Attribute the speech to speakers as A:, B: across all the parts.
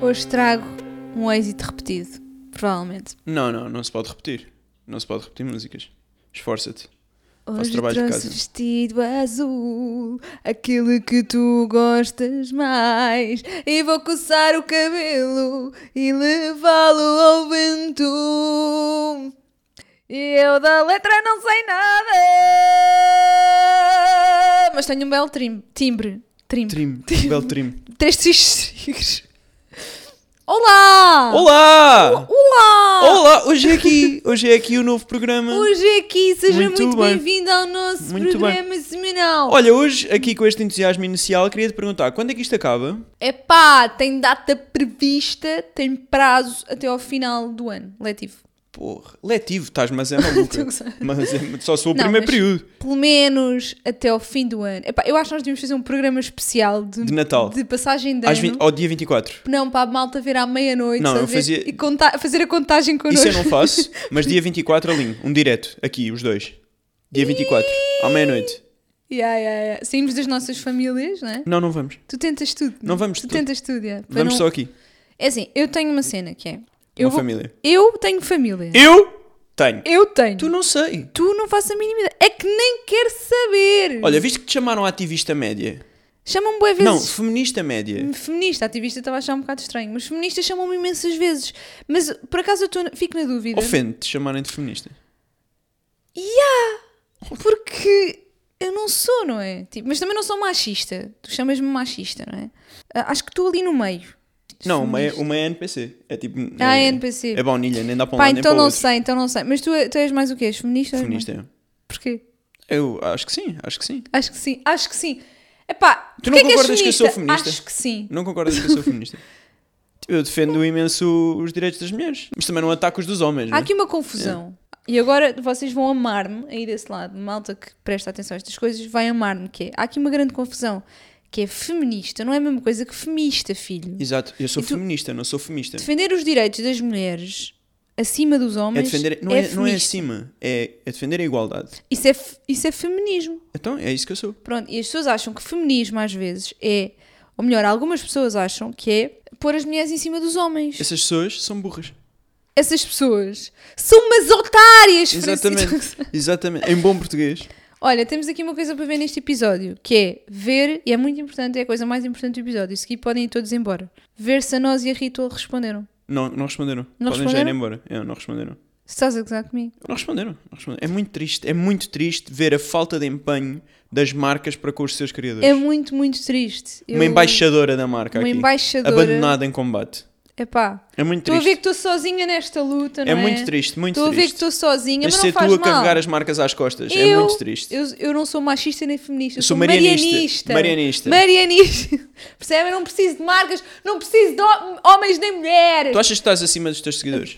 A: hoje trago um êxito repetido, provavelmente.
B: Não, não, não se pode repetir. Não se pode repetir músicas. Esforça-te.
A: Hoje
B: trabalho de
A: trouxe
B: casa.
A: vestido azul, aquele que tu gostas mais. E vou coçar o cabelo e levá-lo ao vento. E eu da letra não sei nada, mas tenho um belo trim- timbre. Timbre.
B: Trim, belo trim.
A: Três tigres. Olá!
B: Olá!
A: Olá!
B: Olá! Hoje é aqui, hoje é aqui o novo programa.
A: Hoje é aqui, seja
B: Uhum. Muito
A: muito,
B: bem.
A: bem-vindo ao nosso
B: Muito bem.
A: programa semanal.
B: Olha, hoje, aqui com este entusiasmo inicial, queria te perguntar, quando é que isto acaba?
A: Epá, tem data prevista, tem prazo até ao final do ano letivo.
B: Porra, letivo, estás, mas é maluca.
A: Estou a gozar.
B: mas é- só sou o
A: Não,
B: primeiro
A: mas-
B: período.
A: Pelo menos até ao fim do ano. Epá, eu acho que nós devíamos fazer um programa especial de,
B: De Natal.
A: de passagem de
B: Às
A: ano.
B: vin- ao dia 24.
A: Não, para a malta ver à meia-noite
B: Não,
A: estás a
B: eu
A: ver?
B: fazia-
A: e conta- fazer a contagem connosco.
B: Isso eu não faço, mas dia 24 ali, um direto, aqui, os dois. Dia 24, à meia-noite.
A: Yeah, yeah, yeah. Saímos das nossas famílias, não é?
B: Não, não vamos.
A: Tu tentas tudo.
B: Não vamos
A: Tu
B: tudo.
A: tentas tudo, yeah. Para
B: Vamos
A: não-
B: só aqui,
A: É assim, eu tenho uma cena que é.
B: uma
A: Eu, vou-
B: família.
A: eu tenho família.
B: Eu tenho.
A: Eu tenho.
B: Tu
A: Tu...
B: não sei.
A: não fazes a mínima ideia. É que nem quero saber.
B: Olha, viste que te chamaram ativista média?
A: Chamam-me boas
B: Não,
A: vezes.
B: feminista
A: Hum,
B: média.
A: Feminista, ativista, estava a achar um bocado estranho. Mas feministas chamam-me imensas vezes. Mas por acaso eu tô... fico na dúvida.
B: Ofende-te chamarem-te feminista.
A: Porque eu não sou, não é? Tipo, mas também não sou machista. Tu chamas-me machista, não é? Ah, acho que estou ali no meio.
B: Não, uma é, uma é NPC. É tipo.
A: Ah,
B: é,
A: é NPC.
B: É baunilha, nem dá para um
A: Pá,
B: lado
A: então
B: nem para o
A: não né?
B: outro.
A: sei, então não sei. Mas tu, tu és mais o quê? És feminista? ou és mais-
B: Feminista.
A: Porquê?
B: Eu acho que sim, acho que sim.
A: Acho que sim, acho que sim. Epá,
B: Tu
A: tu
B: não
A: não que és
B: concordas que eu sou feminista?
A: Acho que sim.
B: Não concordas que eu sou feminista. Eu defendo imenso os direitos das mulheres, mas também não ataco os dos homens.
A: Há
B: Não? é?
A: aqui uma confusão. E agora vocês vão amar-me aí desse lado. Malta que presta atenção a estas coisas vai amar-me. Que é. Há aqui uma grande confusão. Que é feminista. Não é a mesma coisa que feminista, filho.
B: Exato, eu sou
A: E tu-
B: feminista, não sou feminista.
A: Defender os direitos das mulheres acima dos
B: É
A: homens
B: defender, não
A: é,
B: é, não é
A: feminista.
B: acima, é, é defender a igualdade.
A: Isso é, fe- isso é feminismo.
B: Então é isso que eu sou.
A: Pronto, e as pessoas acham que feminismo às vezes é... Ou melhor, algumas pessoas acham que é pôr as mulheres em cima dos homens.
B: Essas pessoas são burras.
A: essas pessoas são umas otárias, Francisco.
B: Exatamente, exatamente. Em bom português.
A: Olha, temos aqui uma coisa para ver neste episódio, que é ver, e é muito importante, é a coisa mais importante do episódio, isso aqui podem ir todos embora. Ver se a nós e a Ritual responderam.
B: Não, não responderam.
A: Não
B: Podem já ir
A: responderam?
B: embora. É, não responderam.
A: Se estás a gozar comigo.
B: Não responderam, não responderam. É muito triste, é muito triste ver a falta de empenho das marcas para com os seus criadores.
A: É muito, muito triste.
B: Uma embaixadora da marca
A: Uma
B: aqui.
A: embaixadora.
B: Abandonada em combate.
A: Epá,
B: É muito
A: estou a
B: triste.
A: ver que estou sozinha nesta luta, não é?
B: é muito triste, muito
A: Estou a ver que
B: triste.
A: estou sozinha,
B: Mas
A: mas
B: ser
A: não
B: tu
A: faz
B: a
A: mal.
B: carregar as marcas às costas é
A: Eu-
B: muito triste.
A: Eu, eu não sou machista nem feminista, eu
B: Eu
A: sou,
B: sou marianista,
A: marianista.
B: marianista.
A: Marianista. Percebem? Não preciso de marcas, não preciso de hom- homens nem mulheres.
B: Tu achas que estás acima dos teus seguidores?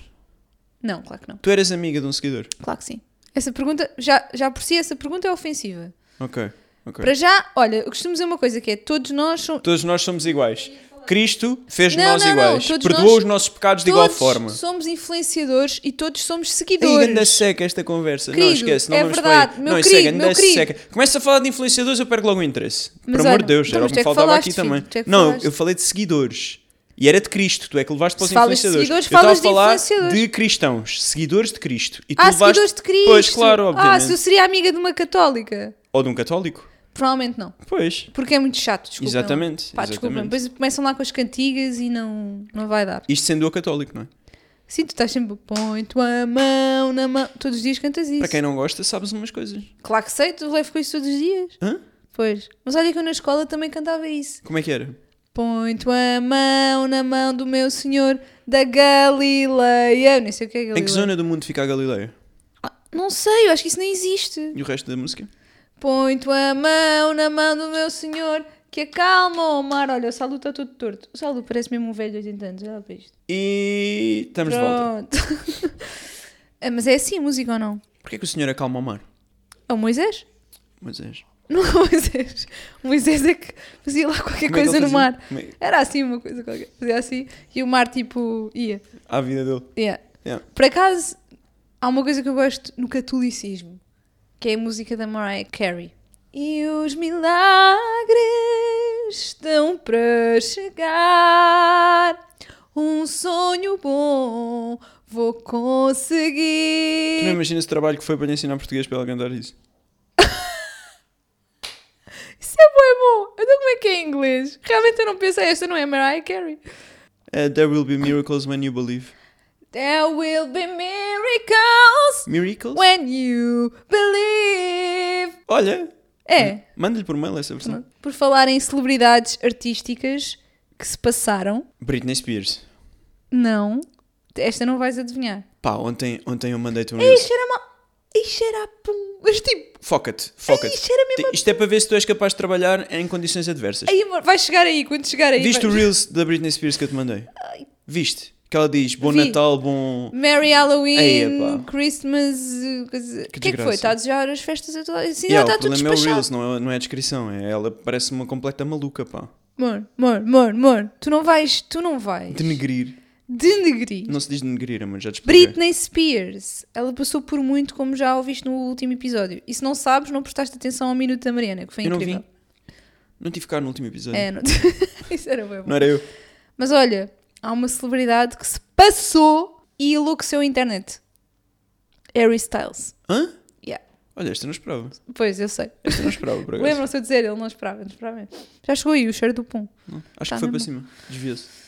A: Não, claro que não.
B: Tu eras amiga de um seguidor?
A: Claro que sim. Essa pergunta, já, já por si, essa pergunta é ofensiva.
B: Ok, ok.
A: Para já, olha, eu costumo dizer uma coisa que é: todos nós somos.
B: Todos nós somos iguais. Cristo fez
A: Não,
B: nós
A: não, não,
B: iguais.
A: todos
B: Perdoou
A: nós-
B: os nossos pecados de igual
A: Todos
B: forma.
A: somos influenciadores e todos somos
B: Ei,
A: seguidores.
B: ganda seca esta conversa. não,
A: Querido,
B: esquece, não
A: é
B: vamos
A: verdade,
B: para aí.
A: meu
B: não, isso é
A: querido,
B: ganda
A: meu querido.
B: seca. Começa a falar de influenciadores, eu perco logo o interesse.
A: Mas
B: Por amor
A: olha,
B: de Deus,
A: então,
B: era o
A: mas
B: que
A: tu é
B: me
A: que
B: faltava
A: falaste,
B: aqui
A: filho,
B: também.
A: tu é que
B: não, eu-
A: falaste.
B: eu falei de seguidores. E era de Cristo, tu é que levaste para os
A: Se falas de seguidores,
B: influenciadores. eu estava
A: falas
B: a
A: de
B: falar
A: influenciadores.
B: de cristãos, seguidores de Cristo. E tu
A: Ah,
B: levaste...
A: seguidores de Cristo.
B: Pois, claro,
A: Ah,
B: obviamente.
A: se eu seria amiga de uma católica.
B: Ou de um católico.
A: Provavelmente não.
B: Pois,
A: Porque é muito chato, desculpa.
B: exatamente.
A: Pá, desculpa,
B: exatamente.
A: depois começam lá com as cantigas e não, não vai dar.
B: Isto sendo eu católico, não é?
A: Sim, tu estás sempre, põe tua mão na mão. Todos os dias cantas isso.
B: Para quem não gosta, sabes umas coisas.
A: Claro que sei, tu levo com isso todos os dias.
B: Hã?
A: Pois. Mas olha que eu na escola também cantava isso.
B: Como é que era?
A: Põe tua mão na mão do meu senhor da Galileia. Eu nem sei o que é Galileia.
B: Em que zona do mundo fica a Galileia?
A: Não sei, eu acho que isso nem existe.
B: E o resto da música?
A: Põe tua mão na mão do meu senhor que acalma o mar. Olha, o Salu está todo torto. O Salu parece mesmo um velho de 80 anos. Olha lá para isto.
B: E estamos de volta.
A: Pronto. Ah, Mas é assim a música ou não?
B: Porquê que o senhor acalma o mar?
A: É o Moisés?
B: Moisés.
A: Não é o Moisés. O Moisés é que fazia lá qualquer
B: Como é que
A: coisa
B: ele
A: no
B: fazia?
A: mar.
B: Como é-
A: Era assim uma coisa qualquer. Fazia assim e o mar tipo ia.
B: À vida dele.
A: ia.
B: Yeah.
A: Por acaso, há uma coisa que eu gosto no catolicismo, que é a música da Mariah Carey. E os milagres estão para chegar. um sonho bom, vou conseguir.
B: Tu não imaginas o trabalho que foi para lhe ensinar português para ela cantar isso?
A: Isso é bom, bom. Então como é que é em inglês? Realmente eu não pensei, esta não é Mariah Carey.
B: Eh, there will be miracles when you believe.
A: There will be miracles
B: Miracles?
A: when you believe.
B: Olha,
A: É,
B: manda-lhe por mail essa versão.
A: por falar em celebridades artísticas que se passaram,
B: Britney Spears.
A: não, esta não vais adivinhar.
B: Pá, ontem, ontem eu mandei-te um
A: Ih,
B: reels.
A: cheira mal. Ih, cheira a pum. Mas tipo,
B: Foca-te, foca-te.
A: Ixi, era mesmo
B: Te- Isto é para ver se tu és capaz de trabalhar em condições adversas.
A: aí amor, vai chegar aí, quando chegar aí.
B: Viste o
A: vai-
B: reels da Britney Spears que eu te mandei? Viste? Que ela diz, bom
A: Vi.
B: Natal, bom...
A: Merry Halloween,
B: Aí, epá.
A: Christmas. eh, coisa- O que, é que foi?
B: desgraça.
A: Está a desejar as festas a toda. Assim já
B: Yeah, o
A: está tudo
B: problema é o
A: despachado.
B: reels, não é, não é a descrição. É, ela parece uma completa maluca, pá.
A: Mor, mor, mor, mor. Tu não vais, tu não vais.
B: Denegrir.
A: Denegrir.
B: Não se diz denegrir, mas já te expliquei.
A: Britney Spears. Ela passou por muito, como já ouviste no último episódio. E se não sabes, não prestaste atenção ao Minuto da Mariana, que foi
B: Eu não
A: incrível.
B: vi. Não tive cá no último episódio.
A: É, não... Isso era bem bom.
B: Não é? era eu.
A: Mas olha, há uma celebridade que se passou e enlouqueceu a internet. Harry Styles.
B: Hã?
A: Yeah.
B: Olha, esta não esperava.
A: Pois, eu sei.
B: Esta não esperava, por acaso.
A: Lembram-se eu dizer, ele não esperava, não esperava mesmo. Já chegou aí o cheiro do pum.
B: Não, Acho
A: Tá na
B: que foi para
A: boa.
B: cima. Desviou-se.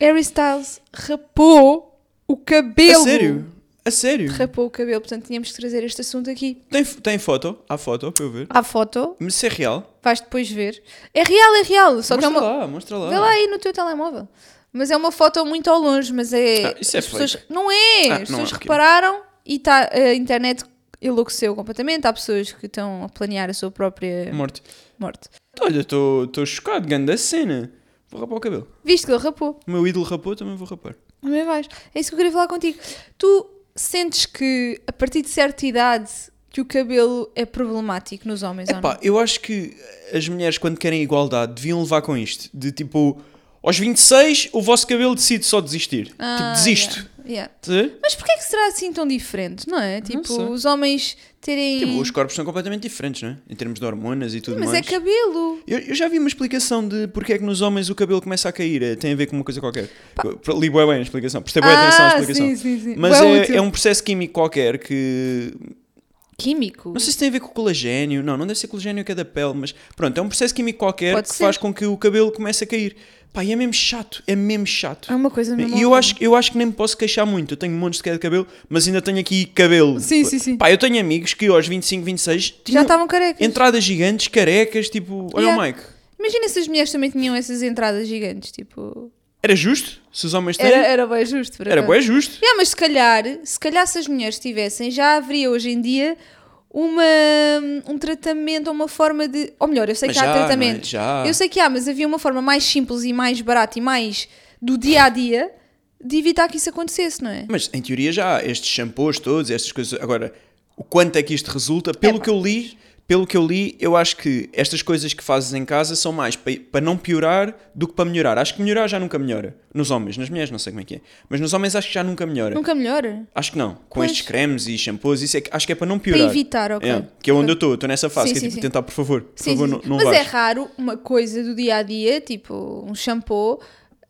A: Harry Styles rapou o
B: A
A: cabelo.
B: sério? A sério?
A: Rapou o cabelo, portanto tínhamos que trazer este assunto aqui.
B: Tem, tem foto? Há foto para eu ver?
A: Há foto,
B: Mas se é real,
A: vais depois ver. É real, é real. Só que é
B: mostra
A: uma.
B: lá, mostra lá.
A: Vê lá aí no teu telemóvel. Mas é uma foto muito ao longe, mas é.
B: Ah, isso é
A: as pessoas...
B: fake.
A: Não é!
B: Ah,
A: as
B: não é,
A: pessoas
B: ok.
A: repararam e tá, a internet enlouqueceu completamente. Há pessoas que estão a planear a sua própria
B: Morte.
A: morte.
B: Olha, estou chocado, grande a cena. Vou rapar o cabelo.
A: Viste que ele rapou.
B: O meu ídolo rapou, também vou rapar.
A: Não é mais. É isso que eu queria falar contigo. Tu sentes que a partir de certa idade que o cabelo é problemático nos homens ou não?
B: Epá, tipo, eu acho que as mulheres, quando querem igualdade, deviam levar com isto. De tipo, aos 26, o vosso cabelo decide só desistir. tipo,
A: Ah,
B: desisto.
A: yeah, yeah.
B: Estás a ver?
A: Mas porquê é que será assim tão diferente, não é? Tipo,
B: sei.
A: os homens terem.
B: Tipo, os corpos são completamente diferentes, não é? Em termos de hormonas e tudo
A: Mas é
B: mais.
A: cabelo.
B: Eu, eu já vi uma explicação de porque é que nos homens o cabelo começa a cair. eh, Tem a ver com uma coisa qualquer. Eu Li bué bem a explicação. Prestei boa atenção à explicação.
A: Ah, Sim, sim, sim.
B: Mas
A: Bué
B: é,
A: útil.
B: é um processo químico qualquer que.
A: Químico?
B: Não sei se tem a ver com colagênio. Não, não deve ser colagênio que é da pele, mas pronto, é um processo químico qualquer
A: Pode
B: que
A: ser.
B: faz com que o cabelo comece a cair. Pá, e é mesmo chato. É mesmo chato.
A: É uma coisa mesmo.
B: E eu
A: horrível.
B: acho, eu acho que nem me posso queixar muito. Eu tenho um monte de queda de cabelo, mas ainda tenho aqui cabelo.
A: Sim, sim, sim.
B: Pá, eu tenho amigos que aos 25, 26
A: Já
B: tinham
A: estavam carecas.
B: entradas gigantes, carecas, tipo, olha
A: Yeah.
B: o Mike.
A: Imagina se as mulheres também tinham essas entradas gigantes, tipo.
B: Era justo? Se os homens têm?
A: Era,
B: Era,
A: era bem justo. por acaso.
B: bem justo.
A: Yeah, mas se calhar, se calhar se as mulheres tivessem, já haveria hoje em dia uma, um tratamento ou uma forma de. Ou melhor, eu sei
B: Mas
A: que há
B: já, não é?
A: tratamentos.
B: Já.
A: Eu sei que há, mas havia uma forma mais simples e mais barata e mais do dia a dia de evitar que isso acontecesse, não é?
B: Mas em teoria já há estes shampoos todos, estas coisas. Agora, o quanto é que isto resulta? Pelo
A: Epá.
B: que eu li, pelo que eu li, eu acho que estas coisas que fazes em casa são mais para, para não piorar do que para melhorar. Acho que melhorar já nunca melhora. Nos homens, nas mulheres não sei como é que é. Mas nos homens acho que já nunca melhora.
A: Nunca melhora.
B: Acho que não. Com
A: Pois.
B: estes cremes e shampoos, isso é que, acho que é para não piorar.
A: evitar, ok.
B: É, que é onde eu estou, estou nessa fase,
A: Sim,
B: que é
A: sim,
B: tipo
A: sim.
B: tentar, por favor, por
A: Sim,
B: favor,
A: sim,
B: não,
A: sim.
B: não
A: Mas
B: vais.
A: é raro uma coisa do dia a dia, tipo um shampoo,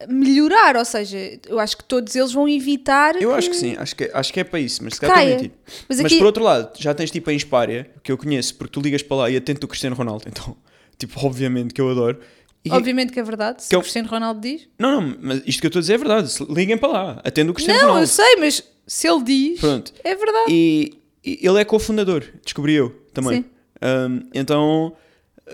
A: melhorar. Ou seja, eu acho que todos eles vão evitar.
B: Eu acho que sim, acho que, acho que é para isso, mas se
A: que
B: calhar estou a
A: Uhum. caia.
B: mentir.
A: Mas
B: Mas,
A: aqui-
B: por outro lado, já tens tipo a Inspária, que eu conheço, porque tu ligas para lá e atento o Cristiano Ronaldo, então, tipo, obviamente que eu adoro. E-
A: Obviamente que é verdade, se
B: Que
A: o
B: eu-
A: Cristiano Ronaldo diz.
B: Não, não, mas isto que eu estou a dizer é verdade, se- liguem para lá, atendo o Cristiano
A: não, eu
B: Ronaldo.
A: sei, mas se ele diz,
B: Pronto.
A: é verdade.
B: E, e ele é cofundador, descobri eu também.
A: Sim.
B: Ahm, então,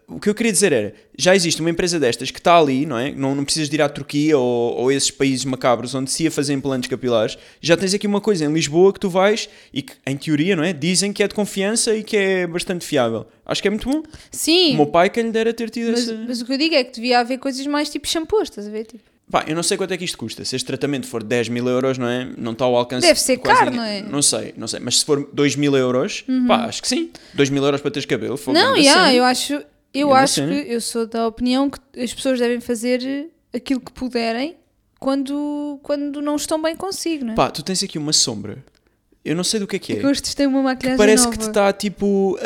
B: o que eu queria dizer era: já existe uma empresa destas que está ali, não é? Não, não precisas de ir à Turquia ou, ou esses países macabros onde se ia fazer implantes capilares. Já tens aqui uma coisa em Lisboa que tu vais e que, em teoria, não é? Dizem que é de confiança e que é bastante fiável. Acho que é muito bom. O
A: Sim,
B: meu pai, quem lhe dera ter tido
A: mas,
B: essa.
A: mas o que eu digo é que devia haver coisas mais tipo shampoos, estás a ver? Tipo,
B: Pá, eu não sei quanto é que isto custa. Se este tratamento for 10 mil euros, não é? Não está ao alcance.
A: Deve ser
B: de quase
A: caro,
B: ninguém.
A: não é? Uhum.
B: Não sei, não sei. Mas se for 2 mil euros, pá, acho que sim. 2 mil euros para teres cabelo. assim. Foi
A: não,
B: grande
A: yeah,
B: cena.
A: eu acho, eu
B: Grande
A: acho
B: É cena.
A: que eu sou da opinião que as pessoas devem fazer aquilo que puderem quando, quando não estão bem consigo, não é?
B: Pá, tu tens aqui uma sombra. Eu não sei do que é que é.
A: Que hoje testei uma maquilhagem
B: Parece tá-
A: nova.
B: que te está tipo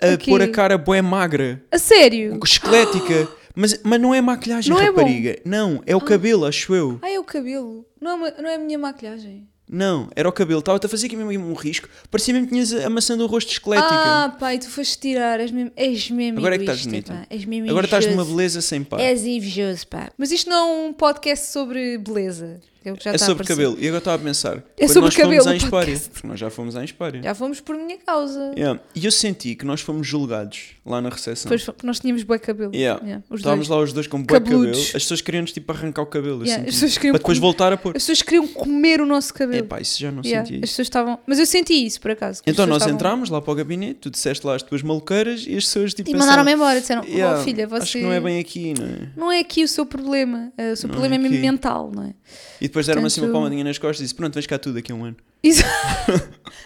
B: a, a
A: O quê?
B: pôr a cara bué magra,
A: A sério?
B: esquelética. Mas, mas não é maquilhagem,
A: Não é bom.
B: rapariga. não, é o cabelo, acho eu.
A: Ah, é o cabelo. Não é, uma- não é a minha maquilhagem.
B: Não, era o cabelo. Estava-te a fazer aqui mesmo um risco. Parecia mesmo que tinhas a maçã do rosto esquelética.
A: Ah, pai, tu foste tirar. És mesmo, és mesmo
B: Agora é que estás
A: egoísta,
B: bonita.
A: pá. És mesmo
B: Agora estás
A: invejoso.
B: numa beleza sem par. É,
A: És invejoso, pá. Mas isto não é um podcast sobre beleza. É o que já está a
B: sobre
A: aparecer.
B: cabelo. E agora estava a pensar.
A: É
B: quando
A: sobre
B: nós
A: cabelo,
B: fomos à
A: o podcast.
B: Inspária. Porque nós já fomos à Inspária.
A: Já fomos por minha causa.
B: Yeah. E eu senti que nós fomos julgados lá na recepção.
A: Depois fo- nós tínhamos bué cabelo.
B: Yeah.
A: Yeah, os
B: Estávamos
A: dois.
B: lá os dois com bué cabelo.
A: Cabeludos.
B: As pessoas queriam-nos tipo arrancar o cabelo. eu
A: Yeah,
B: senti.
A: as pessoas queriam
B: Para depois
A: com-
B: voltar a pôr.
A: As pessoas queriam comer o nosso cabelo.
B: Epá, isso já não
A: Yeah,
B: senti
A: As
B: isso.
A: pessoas estavam. Mas eu senti isso, por acaso. que as
B: Então
A: pessoas
B: nós
A: estavam-
B: entramos lá para o gabinete, tu disseste lá as tuas maluqueiras e as pessoas tipo
A: E
B: pensaram,
A: mandaram-me embora. Disseram:
B: "Yeah,
A: Oh, filha, você.
B: Acho que não é bem aqui, não é?
A: não é aqui o seu problema. eh, O seu
B: Não
A: problema
B: é
A: é mesmo
B: aqui.
A: mental, não é?
B: E depois deram-me assim uma
A: Portanto-
B: palmadinha nas costas e disse: Pronto, vais cá tudo daqui a um ano.
A: Isso.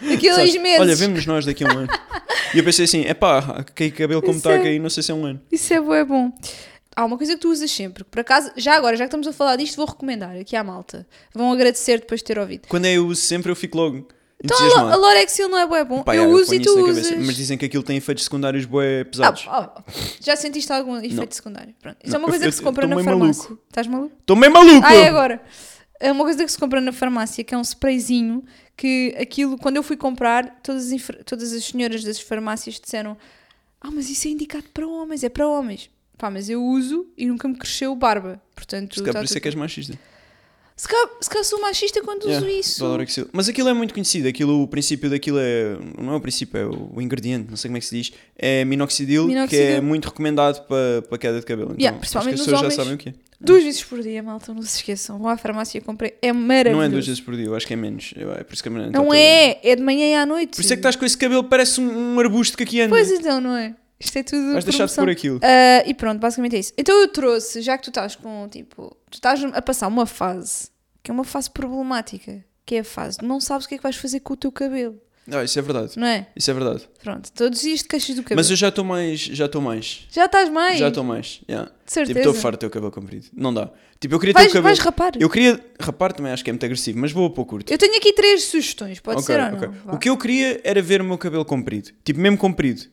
A: Daqui a dois
B: Sabes,
A: meses.
B: Olha, vemos nos daqui a um ano. e eu pensei assim: É pá, caí cabelo como
A: Isso
B: está
A: é-
B: a cair, não sei se é um ano.
A: Isso é bom, é bom. Há uma coisa que tu usas sempre, que por acaso, já agora, já que estamos a falar disto, vou recomendar aqui à malta. Vão agradecer depois de ter ouvido.
B: Quando é eu uso sempre, eu fico logo
A: Então a, Lo- a
B: entusiasmado.
A: Lorexil não é bué bom,
B: Pá,
A: eu
B: yeah,
A: uso e
B: ponho
A: tu
B: isso na cabeça.
A: usas.
B: Mas dizem que aquilo tem efeitos secundários bué
A: Ah,
B: pesados.
A: ah, já sentiste algum efeito secundário? Pronto. Isso é
B: Não,
A: uma coisa
B: eu-
A: que se
B: eu
A: compra
B: tô
A: na
B: meio
A: farmácia. Estás maluco?
B: Estou meio maluco!
A: Ah, é agora. É uma coisa que se compra na farmácia, que é um sprayzinho, que aquilo, quando eu fui comprar, todas as, infer- todas as senhoras das farmácias disseram Ah, mas isso é indicado para homens, é para homens. Pá, mas eu uso e nunca me cresceu barba. Portanto,
B: Se calhar
A: tá
B: por isso é
A: tudo-
B: que és machista.
A: se calhar se calhar sou machista quando
B: Yeah,
A: uso isso.
B: Dolorexil. Mas aquilo é muito conhecido. Aquilo, o princípio daquilo é. Não é o princípio, é o ingrediente, não sei como é que se diz. É minoxidil,
A: Minoxidil.
B: que é muito recomendado para, para queda de cabelo. Então,
A: Yeah,
B: acho que as
A: principalmente nos
B: pessoas
A: homens.
B: já sabem o que é.
A: Duas vezes por dia, malta, não se esqueçam. Vão à farmácia e comprei. É maravilhoso.
B: Não é duas vezes por dia, eu acho que é menos. Eu- É por isso que a minha está
A: Não
B: toda-
A: é, é de manhã e à noite.
B: Por isso é que estás com esse cabelo, parece um, um arbusto que aqui anda.
A: Pois então, não é? Isto é tudo.
B: Vais deixar de
A: promoção.
B: pôr aquilo.
A: Ah, e pronto, basicamente é isso. Então eu trouxe, já que tu estás com, tipo, tu estás a passar uma fase que é uma fase problemática, que é a fase de não sabes o que é que vais fazer com o teu cabelo,
B: Ah, isso é verdade.
A: não é?
B: Isso é verdade.
A: Pronto, todos os dias te queixas do cabelo.
B: Mas eu já estou mais. Já estou mais.
A: Já estás mais?
B: Já estou mais. Yeah.
A: De certeza.
B: Tipo, estou farto do teu cabelo comprido. Não dá. Tipo, eu queria ter
A: vais,
B: o cabelo.
A: vais rapar. Eu...
B: Eu queria. Rapar também acho que é muito agressivo, mas vou a pouco curto.
A: tenho aqui três sugestões, pode
B: Ok,
A: ser ou não?
B: ok.
A: Vá.
B: O que eu queria era ver o meu cabelo comprido. Tipo, mesmo comprido.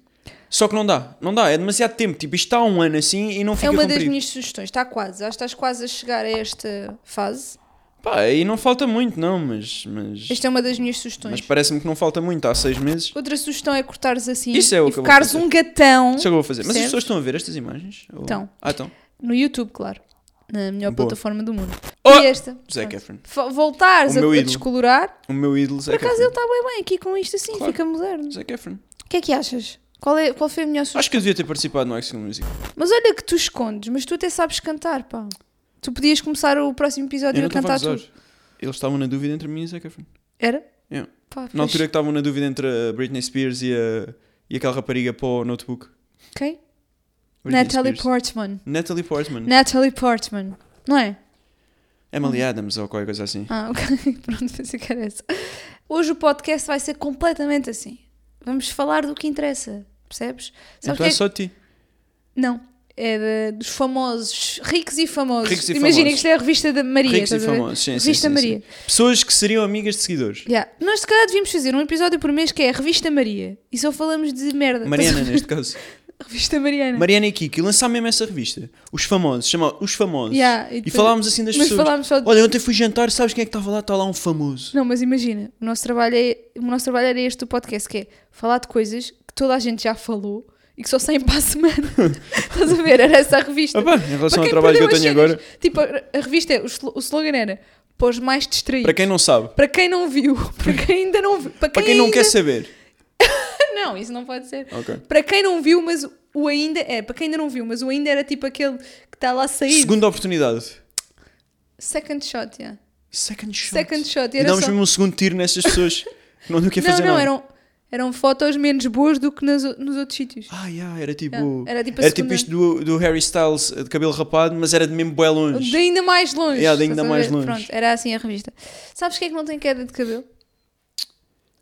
B: Só que não dá. Não dá. É demasiado tempo. Tipo, isto está há um ano assim e não fica
A: É uma das
B: comprido.
A: minhas sugestões, está quase, acho que estás quase a chegar a esta fase.
B: Pá, e não falta muito, não, mas. Mas,
A: Esta é uma das minhas
B: mas
A: sugestões.
B: parece-me que não falta muito. Há seis meses.
A: Outra sugestão é cortares assim
B: Isso é o
A: e
B: que eu vou
A: ficares
B: fazer.
A: um gatão
B: Isso é o que eu vou fazer. Mas as
A: Percebes?
B: pessoas estão a ver estas imagens? Ou-
A: Estão.
B: Ah, estão.
A: no YouTube, claro. Na melhor
B: Boa.
A: plataforma do mundo.
B: Oh!
A: E esta?
B: Zac
A: Pronto.
B: Efron.
A: Fa- Voltares
B: O
A: a,
B: meu
A: a
B: ídolo. É
A: descolorar.
B: O meu ídolo,
A: Por
B: Zac
A: acaso ele
B: Efron.
A: está bem bem aqui com isto assim,
B: assim. Claro.
A: fica moderno. O
B: Zac Efron.
A: que é que achas? Qual, é, qual foi a melhor sugestão?
B: Acho que eu devia ter participado no Action Music.
A: Mas olha que tu escondes, mas tu até sabes cantar, pá. Tu podias começar É o próximo episódio
B: eu não
A: a
B: estava a
A: cantar
B: gozar.
A: tu.
B: Eles estavam na dúvida entre mim e Zac Efron.
A: Era?
B: Yeah.
A: Pá,
B: Na
A: pois.
B: altura que estavam na dúvida entre a Britney Spears e, a, e aquela rapariga para o notebook.
A: Quem?
B: Britney
A: Natalie
B: Spears.
A: Portman.
B: Natalie Portman.
A: Natalie Portman. Não é?
B: Emily Adams ou qualquer coisa assim.
A: Ah, ok. Pronto, pensei que era essa. Hoje o podcast vai ser completamente assim. Vamos falar do que interessa, percebes? Sabes
B: então
A: o
B: é
A: que é
B: só ti.
A: Não. É de- dos famosos, ricos e famosos.
B: Ricos e
A: Imagina
B: famosos.
A: que isto é a revista da Maria.
B: Ricos e
A: estás a ver?
B: famosos. Sim, sim,
A: revista
B: sim,
A: Maria.
B: sim. Pessoas que seriam amigas de seguidores.
A: Yeah. Nós se calhar devíamos fazer um episódio por mês que é a revista Maria. E só falamos de merda.
B: Mariana, neste caso.
A: revista Mariana.
B: Mariana e Kiki lançar mesmo essa revista. Os famosos. Chama Os Famosos.
A: Yeah, e
B: e
A: depois-
B: falámos assim das
A: Mas
B: pessoas.
A: falámos só de...
B: Olha, ontem fui jantar, sabes quem é que estava lá? Está lá um famoso.
A: Não, mas imagina, o nosso trabalho é o nosso trabalho era este do podcast, que é falar de coisas que toda a gente já falou e que só saem para a semana. Estás a ver? Era essa a revista.
B: Ah, pá, em relação
A: Para
B: ao
A: quem
B: trabalho que eu
A: perdeu
B: tenho
A: as
B: agora.
A: cenas. Tipo, a a revista é, o slo- o slogan era para os mais distraídos.
B: Para quem não sabe.
A: Para quem não viu, para quem ainda não viu, para quem, é?
B: Para quem não
A: ainda...
B: quer saber.
A: Não, isso não pode ser.
B: Ok.
A: Para quem não viu, mas o ainda é, para quem ainda não viu, mas o ainda era tipo aquele que está lá saído.
B: Segunda oportunidade.
A: Second shot, yeah.
B: Second shot.
A: Second shot,
B: E
A: era
B: damos
A: só...
B: mesmo um segundo tiro nestas pessoas. que não é? deu o que
A: Não,
B: fazer
A: não, um-
B: nada.
A: eram eram fotos menos boas do que nas o- nos outros sítios.
B: Ah, yeah, era tipo.
A: Yeah, era tipo a
B: era tipo
A: segunda-
B: isto do, do Harry Styles eh, de cabelo rapado, mas era de mesmo bué longe.
A: De ainda mais longe.
B: Yeah, de ainda
A: estás a
B: mais
A: ver?
B: longe.
A: Pronto, era assim a revista. Sabes quem é que não tem queda de cabelo?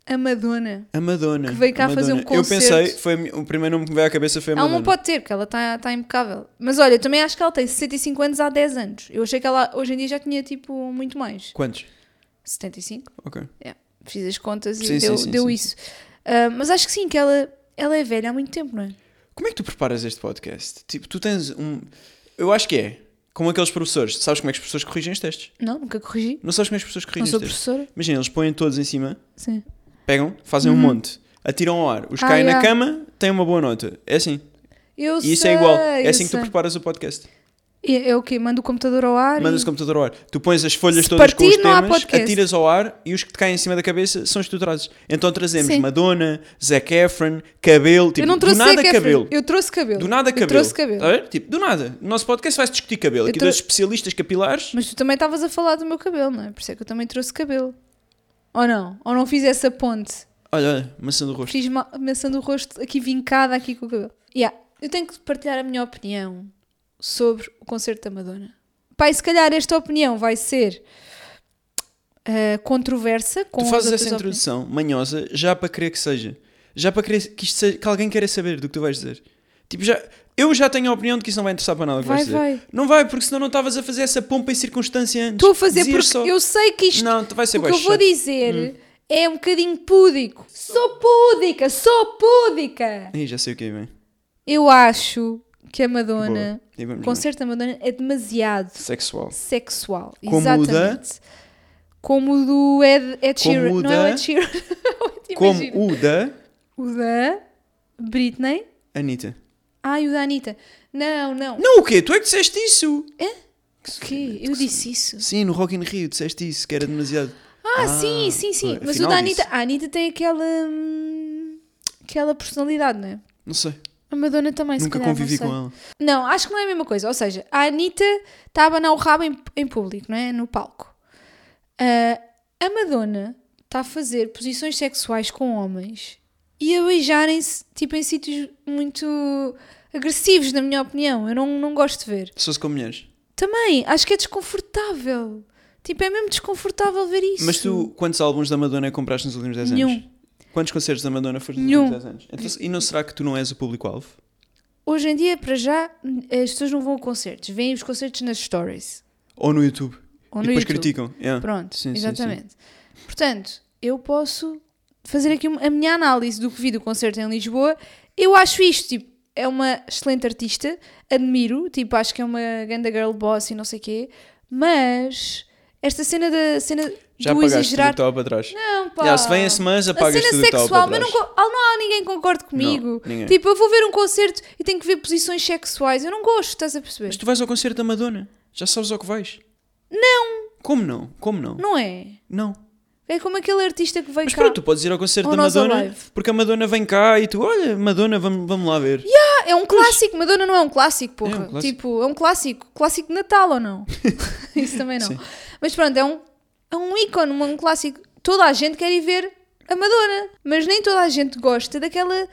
A: A Madonna.
B: A Madonna.
A: Que veio cá
B: a Madonna.
A: fazer um
B: Eu
A: concerto.
B: pensei, foi a mi- o primeiro nome que me veio à cabeça foi a
A: Ela
B: Madonna.
A: não pode ter, porque ela está tá impecável. Mas olha, eu também acho que ela tem 65 anos há 10 anos. Eu achei que ela hoje em dia já tinha tipo muito mais.
B: Quantos?
A: 75.
B: Ok.
A: Fiz as contas e
B: Sim, sim,
A: deu,
B: sim,
A: deu
B: sim,
A: isso. Ah, mas acho que sim, que ela, ela é velha há muito tempo, não é?
B: Como é que tu preparas este podcast? Tipo, tu tens um. Eu acho que é. Como aqueles professores. Sabes como é que os professores corrigem os testes?
A: Não, nunca corrigi.
B: Não sabes como é que os professores
A: Não
B: corrigem
A: sou
B: os testes?
A: professora.
B: Imagina, eles põem todos em cima,
A: Sim.
B: pegam, fazem um monte, atiram ao ar, os
A: Uhum. Ah,
B: caem na
A: yeah.
B: cama, têm uma boa nota. É assim.
A: Eu
B: E isso
A: sei,
B: é igual. É
A: eu
B: assim que tu
A: sei.
B: preparas o podcast.
A: E É o quê? Mando o computador ao ar?
B: Mandas
A: e...
B: o computador ao ar. Tu pões as folhas
A: Se
B: todas com os
A: partir, não há
B: temas,
A: podcast.
B: atiras ao ar e os que te caem em cima da cabeça são os que tu trazes. Então trazemos
A: Sim.
B: Madonna, Zac Efron, cabelo, tipo,
A: eu não trouxe
B: do nada
A: Zac Efron,
B: cabelo.
A: Eu trouxe cabelo.
B: Do nada cabelo.
A: Eu trouxe cabelo.
B: Tá a ver? Tipo, do nada. No nosso podcast vais discutir cabelo.
A: Eu
B: Aqui
A: trou-
B: dois especialistas capilares.
A: Mas tu também estavas a falar do meu cabelo, não é? Por isso é que eu também trouxe cabelo. Ou não? Ou não fiz essa ponte?
B: Olha, olha, maçã do rosto.
A: Fiz ma- maçã do rosto aqui vincada aqui com o cabelo. Yeah. Eu tenho que partilhar a minha opinião sobre o concerto da Madonna. Pai, se calhar esta opinião vai ser ah, controversa com
B: tu
A: as
B: fazes
A: outras
B: essa
A: opiniões.
B: introdução manhosa já para querer que seja. Já para querer que, isto seja, que alguém queira saber do que tu vais dizer. Tipo, já, eu já tenho a opinião de que isso não vai interessar para nada o que
A: Vai,
B: vais dizer.
A: vai.
B: Não vai, porque senão não estavas a fazer essa pompa e circunstância antes.
A: Estou a fazer
B: Dizias
A: porque
B: só-
A: eu sei que isto
B: Não, é tu vai ser
A: O que eu
B: baixo.
A: vou dizer
B: Hum.
A: é um bocadinho púdico. Sou púdica, sou púdica.
B: Ih, já sei o que é bem.
A: Eu acho que a
B: Boa.
A: Madonna,
B: E
A: o
B: vamos lá.
A: concerto da Madonna é demasiado
B: Sexual.
A: sexual.
B: Como o da-
A: Exatamente. Como o do Ed, Ed
B: Como
A: Sheeran.
B: o
A: Não é o
B: da-
A: Ed Sheeran.
B: Como
A: Imagina.
B: o da
A: O da Britney.
B: Anitta.
A: Ah, e o da Anitta. Não, não.
B: Não, o quê? Tu é que disseste isso?
A: O quê? Eu disse isso.
B: Sim, no Rock in Rio disseste isso, que era demasiado.
A: Ah,
B: Ah,
A: sim, sim, sim.
B: foi-
A: Mas o
B: afinal
A: da
B: disse.
A: Anitta. A Anitta tem aquela. hum, aquela personalidade, não é?
B: Não sei.
A: A Madonna também, se
B: Nunca
A: calhar,
B: convivi
A: não sei.
B: com ela.
A: Não, acho que não é a mesma coisa. Ou seja, a Anitta está a abanar o rabo em, em público, não é? No palco. Ah, a Madonna está a fazer posições sexuais com homens e a beijarem-se, tipo, em sítios muito agressivos, na minha opinião. Eu não, não gosto de ver.
B: Se fosse com mulheres.
A: Também, acho que é desconfortável. Tipo, é mesmo desconfortável ver isso.
B: Mas tu, quantos álbuns da Madonna é que compraste nos últimos 10 anos?
A: Nenhum.
B: Quantos concertos da Madonna foste nos
A: Nenhum.
B: últimos 10 anos? Então, e não será que tu não és o público-alvo?
A: Hoje em dia, para já, as pessoas não vão a concertos. Vêem os concertos nas stories.
B: Ou no YouTube?
A: Ou no
B: e depois
A: YouTube.
B: criticam. Yeah.
A: Pronto,
B: Sim, sim,
A: exatamente. Portanto, eu posso fazer aqui uma- a minha análise do que vi do concerto em Lisboa. Eu acho isto, tipo, é uma excelente artista, admiro, tipo, acho que é uma ganda girl boss e não sei quê, mas esta cena da cena
B: Já
A: do
B: apagaste
A: exagerar.
B: tudo o que estava para trás.
A: Não, pá.
B: Já, se vêm semanas,
A: a
B: apagas
A: cena
B: tudo o que estava para
A: sexual, mas
B: trás.
A: não, co- ah, não há ninguém que concorde comigo.
B: ninguém.
A: tipo, eu vou ver um concerto e tenho que ver posições sexuais. Eu não gosto, estás a perceber?
B: Mas tu vais ao concerto da Madonna. Já sabes ao que vais. Não. Como não? Como não?
A: Não é?
B: Não.
A: É como aquele artista que veio
B: Mas
A: cá.
B: pronto, tu podes ir ao concerto
A: Ou
B: da
A: nós ao
B: Madonna
A: live.
B: porque a Madonna vem cá e tu, olha, Madonna, vamos, vamos lá ver.
A: É um clássico, Madonna não é um clássico, porra.
B: É um clássico.
A: Tipo, é um clássico. Clássico de Natal ou não? Isso também não.
B: Sim.
A: Mas pronto, é um, é um ícone, um clássico. Toda a gente quer ir ver a Madonna, mas nem toda a gente gosta daquela.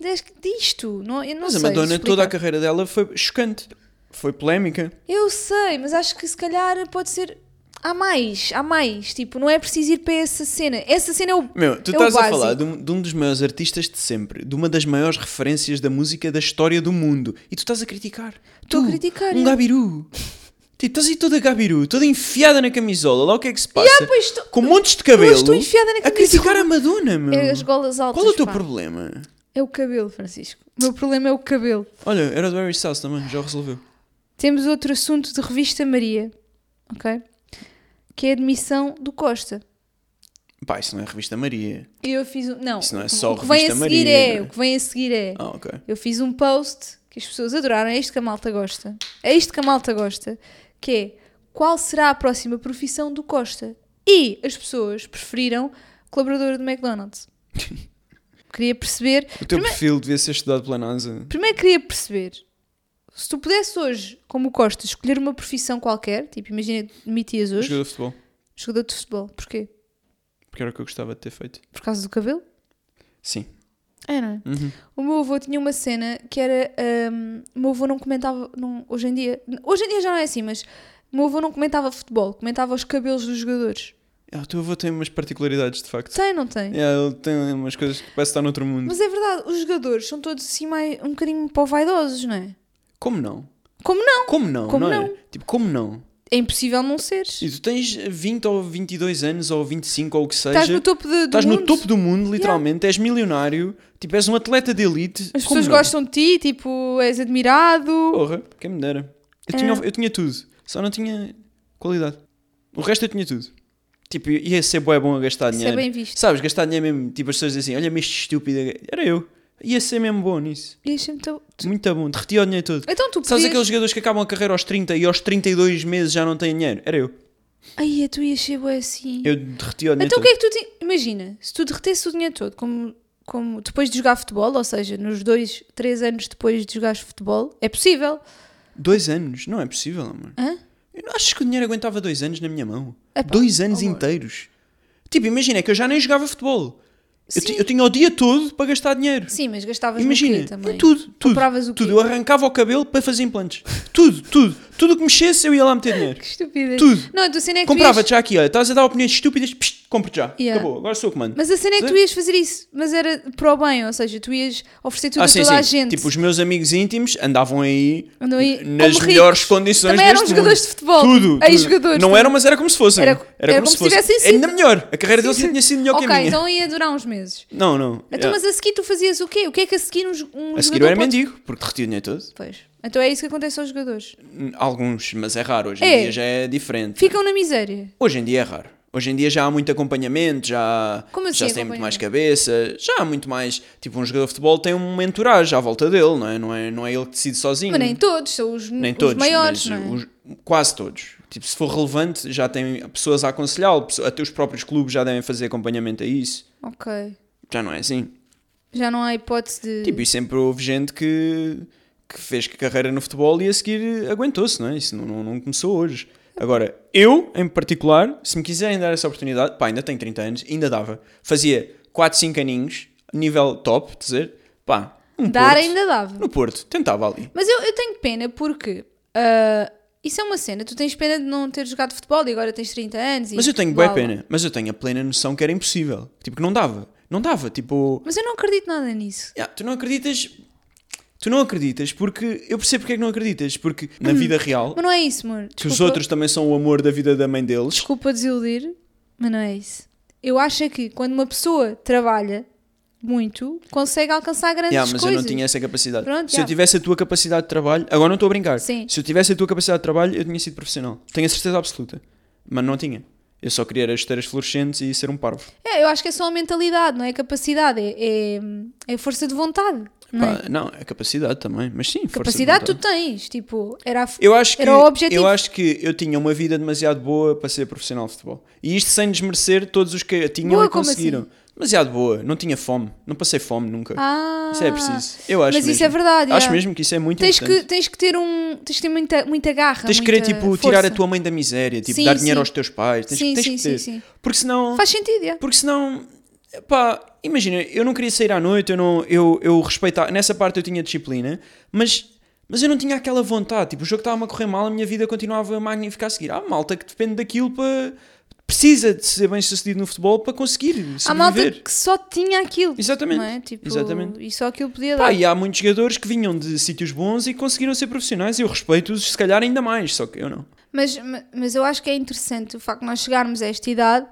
A: des- disto. Não, eu não
B: Mas a
A: sei.
B: Madonna, é
A: explicar.
B: toda a carreira dela foi chocante. Foi polémica.
A: Eu sei, mas acho que se calhar pode ser. Há mais, há mais. Tipo, não é preciso ir para essa cena. Essa cena é o.
B: Meu, tu
A: é o
B: estás a
A: básico.
B: falar de um, de um dos maiores artistas de sempre, de uma das maiores referências da música da história do mundo, e tu estás a criticar.
A: Estou a
B: Tu,
A: criticar,
B: Um
A: eu.
B: gabiru. Tipo, estás aí toda gabiru, toda enfiada na camisola, lá o que é que se passa?
A: pois tu-
B: Com montes de cabelo. É
A: Eu estou enfiada na
B: A criticar
A: camisola.
B: a Madonna, meu.
A: É as golas altas.
B: Qual é o teu
A: pá.
B: problema?
A: É o cabelo, Francisco. O meu problema é o cabelo.
B: Olha, era do Harry Styles também, já resolveu.
A: Temos outro assunto de Revista Maria, ok? Que é a admissão do Costa.
B: Pá, isso não é revista Maria.
A: Eu fiz um. Não,
B: Isso não é só
A: o que vem a
B: Revista
A: seguir
B: Maria,
A: é.
B: não é?
A: O que vem a seguir é.
B: Ah, ok.
A: Eu fiz um post que as pessoas adoraram. É isto que a malta gosta. É isto que a malta gosta. Que é qual será a próxima profissão do Costa? E as pessoas preferiram colaborador do McDonald's. Queria perceber.
B: O teu perfil devia ser estudado pela NASA.
A: Primeiro queria perceber se tu pudesse hoje, como o Costa, escolher uma profissão qualquer, tipo, imagina, demitias hoje,
B: Jogador de futebol.
A: jogador de futebol, porquê?
B: Porque era o que eu gostava de ter feito.
A: Por causa do cabelo?
B: Sim.
A: É, não é?
B: Uhum.
A: O meu avô tinha uma cena que era. hum, o meu avô não comentava. Não, hoje em dia. Hoje em dia já não é assim, mas. O meu avô não comentava futebol, comentava os cabelos dos jogadores.
B: Ah, o teu avô tem umas particularidades, de facto.
A: Tem, não tem?
B: É, ele tem umas coisas que parece estar noutro mundo.
A: Mas é verdade, os jogadores são todos assim mais, um bocadinho pó vaidosos, não é?
B: Como não?
A: Como não?
B: Como não?
A: Como
B: não,
A: não?
B: É? Tipo, como não?
A: É impossível não seres.
B: E tu tens 20 ou 22 anos ou 25 ou o que seja.
A: Estás no topo de, do
B: Estás
A: mundo.
B: no topo do mundo, literalmente. És milionário. Tipo, és um atleta de elite.
A: As
B: Como
A: pessoas
B: não?
A: gostam de ti, tipo, és admirado.
B: Porra, quem me dera. Eu, tinha,
A: É.
B: eu tinha tudo, só não tinha qualidade. O resto eu tinha tudo. Tipo, ia ser bué bom a gastar
A: Isso é
B: dinheiro.
A: bem visto.
B: Sabes, gastar dinheiro mesmo. Tipo, as pessoas dizem assim: olha-me este estúpido. Era eu. Ia ser mesmo bom nisso.
A: Deixa-me tão- tu-
B: Muito bom. Derretia o dinheiro todo.
A: Então tu
B: Sabes
A: podias...
B: aqueles jogadores que acabam a carreira aos 30 e aos 32 meses já não têm dinheiro? Era eu.
A: Ai, tu ias ser bué assim.
B: Eu derretia o dinheiro
A: Então o
B: todo.
A: que é que tu... ti- Imagina, se tu derretesse o dinheiro todo, como, como depois de jogar futebol, ou seja, nos dois, três anos depois de jogares futebol, é possível.
B: Dois anos? Não é possível, amor.
A: Hã?
B: Eu não acho que o dinheiro aguentava dois anos na minha mão.
A: Epá,
B: dois anos
A: amor.
B: inteiros. Tipo, imagina, é que eu já nem jogava futebol. Eu,
A: Sim.
B: ti- eu tinha o dia todo para gastar dinheiro.
A: Sim, mas gastavas no quê
B: Imagina,
A: também?
B: em tudo, tudo,
A: Compravas o quê?
B: tudo. Eu arrancava o cabelo para fazer implantes. Tudo, tudo. Tudo o que mexesse eu ia lá meter dinheiro.
A: É Que estupidez.
B: Tudo.
A: Não, a cena é que tu ias-
B: Comprava-te já aqui, olha, estás a dar opiniões estúpidas, psh, compro-te já.
A: Yeah.
B: Acabou, agora sou o comando.
A: Mas a cena é que tu ias fazer isso, mas era para o bem, ou seja, tu ias oferecer tudo a toda a gente.
B: Tipo, os meus amigos íntimos andavam aí
A: Andam aí
B: nas
A: como
B: melhores
A: ricos.
B: condições
A: Também eram
B: deste
A: jogadores
B: mundo.
A: de futebol.
B: Tudo, tudo.
A: Ex-jogadores,
B: Não
A: tudo.
B: eram, mas era como se fossem.
A: Era- era como se tivessem sido.
B: Ainda melhor. A carreira deles não tinha sido melhor
A: ok,
B: que a minha.
A: então ia durar uns meses.
B: Não, não.
A: Então,
B: Yeah.
A: mas a seguir tu fazias o quê? O que é que a seguir um, um
B: A seguir eu
A: jogador
B: era
A: pode-
B: mendigo, porque derretia o dinheiro todo. Hum,
A: Pois. Então é isso que acontece aos jogadores.
B: Alguns, mas é raro. Hoje
A: É.
B: em dia já é diferente.
A: Ficam na miséria.
B: Hoje em dia é raro. Hoje em dia já há muito acompanhamento, já,
A: Como assim
B: já se tem muito
A: acompanhamento?
B: mais cabeça, já há muito mais. Tipo, um jogador de futebol tem um entourage à volta dele, não é? Não é, não é ele que decide sozinho.
A: Mas nem todos, são os,
B: Nem
A: os
B: todos,
A: maiores,
B: mas eh,
A: não é?
B: os- quase todos. Tipo, se for relevante, já tem pessoas a aconselhá-lo, pesso- até os próprios clubes já devem fazer acompanhamento a isso.
A: Ok.
B: Já não é assim.
A: Já não há hipótese de.
B: Tipo, e sempre houve gente que, que fez carreira no futebol e a seguir aguentou-se, não é? Isso não, não, não começou hoje. Agora, eu, em particular, se me quiserem dar essa oportunidade, pá, ainda tenho 30 anos, ainda dava. Fazia 4, 5 aninhos, nível top, quer dizer, pá, um
A: dar
B: Porto,
A: ainda dava.
B: no Porto, tentava ali.
A: Mas eu, eu tenho pena porque ah, isso é uma cena. Tu tens pena de não ter jogado futebol e agora tens 30 anos. E
B: Mas eu tenho
A: blá,
B: boa
A: blá.
B: pena, mas eu tenho a plena noção que era impossível. Tipo, que não dava. Não dava, tipo...
A: Mas eu não acredito nada nisso.
B: "Ya, tu não acreditas... Tu não acreditas porque... Eu percebo porque é que não acreditas, porque na vida real,
A: Mas não é isso, amor. Desculpa,
B: que os outros também são o amor da vida da mãe deles...
A: desculpa desiludir, mas não é isso. Eu acho é que quando uma pessoa trabalha muito, consegue alcançar grandes
B: Ya, mas
A: coisas.
B: eu não tinha essa capacidade.
A: Pronto,
B: Se
A: ya.
B: eu tivesse a tua capacidade de trabalho... Agora não estou a brincar.
A: Sim.
B: Se eu tivesse a tua capacidade de trabalho, eu tinha sido profissional. Tenho a certeza absoluta. Mas não tinha. Eu só queria era esteiras fluorescentes e ser um parvo.
A: É, eu acho que é só a mentalidade, não é a capacidade, é, é, é força de vontade. Não é?
B: Pá, não, é capacidade também. Mas sim, força de
A: Capacidade
B: vontade.
A: tu tens, tipo, era a f-
B: Eu acho que,
A: Era o objetivo.
B: Eu acho que eu tinha uma vida demasiado boa para ser profissional de futebol. E isto sem desmerecer todos os que a tinham
A: Boa
B: e
A: como assim?
B: conseguiram. Demasiado boa. Não tinha fome. Não passei fome nunca.
A: Ah,
B: Isso é preciso. Eu acho
A: mas isso
B: mesmo.
A: é verdade,
B: Acho
A: é.
B: mesmo que isso é muito
A: tens que,
B: importante.
A: tens que ter um. Tens que ter muita, muita garra.
B: Tens que querer,
A: muita
B: tipo, tirar a
A: força.
B: tua mãe da miséria. Tipo,
A: Sim,
B: dar dinheiro
A: sim.
B: aos teus pais. Tens,
A: Sim,
B: tens
A: sim,
B: que ter.
A: sim, sim.
B: Porque senão...
A: Faz sentido, é.
B: Porque senão... Pá, imagina, eu não queria sair à noite. Eu, não, eu, eu respeitava... Nessa parte eu tinha disciplina. Mas... Mas eu não tinha aquela vontade, tipo, o jogo estava-me a correr mal, a minha vida continuava magnífica a seguir. Há malta que depende daquilo para. precisa de ser bem sucedido no futebol para conseguir sobreviver.
A: Há malta que só tinha aquilo.
B: Exatamente.
A: Não é? tipo,
B: Exatamente.
A: E só aquilo podia dar.
B: Pá, e há muitos jogadores que vinham de sítios bons e conseguiram ser profissionais. e Eu respeito-os, se calhar, ainda mais, só que eu não.
A: Mas, ma- mas eu acho que é interessante o facto de nós chegarmos a esta idade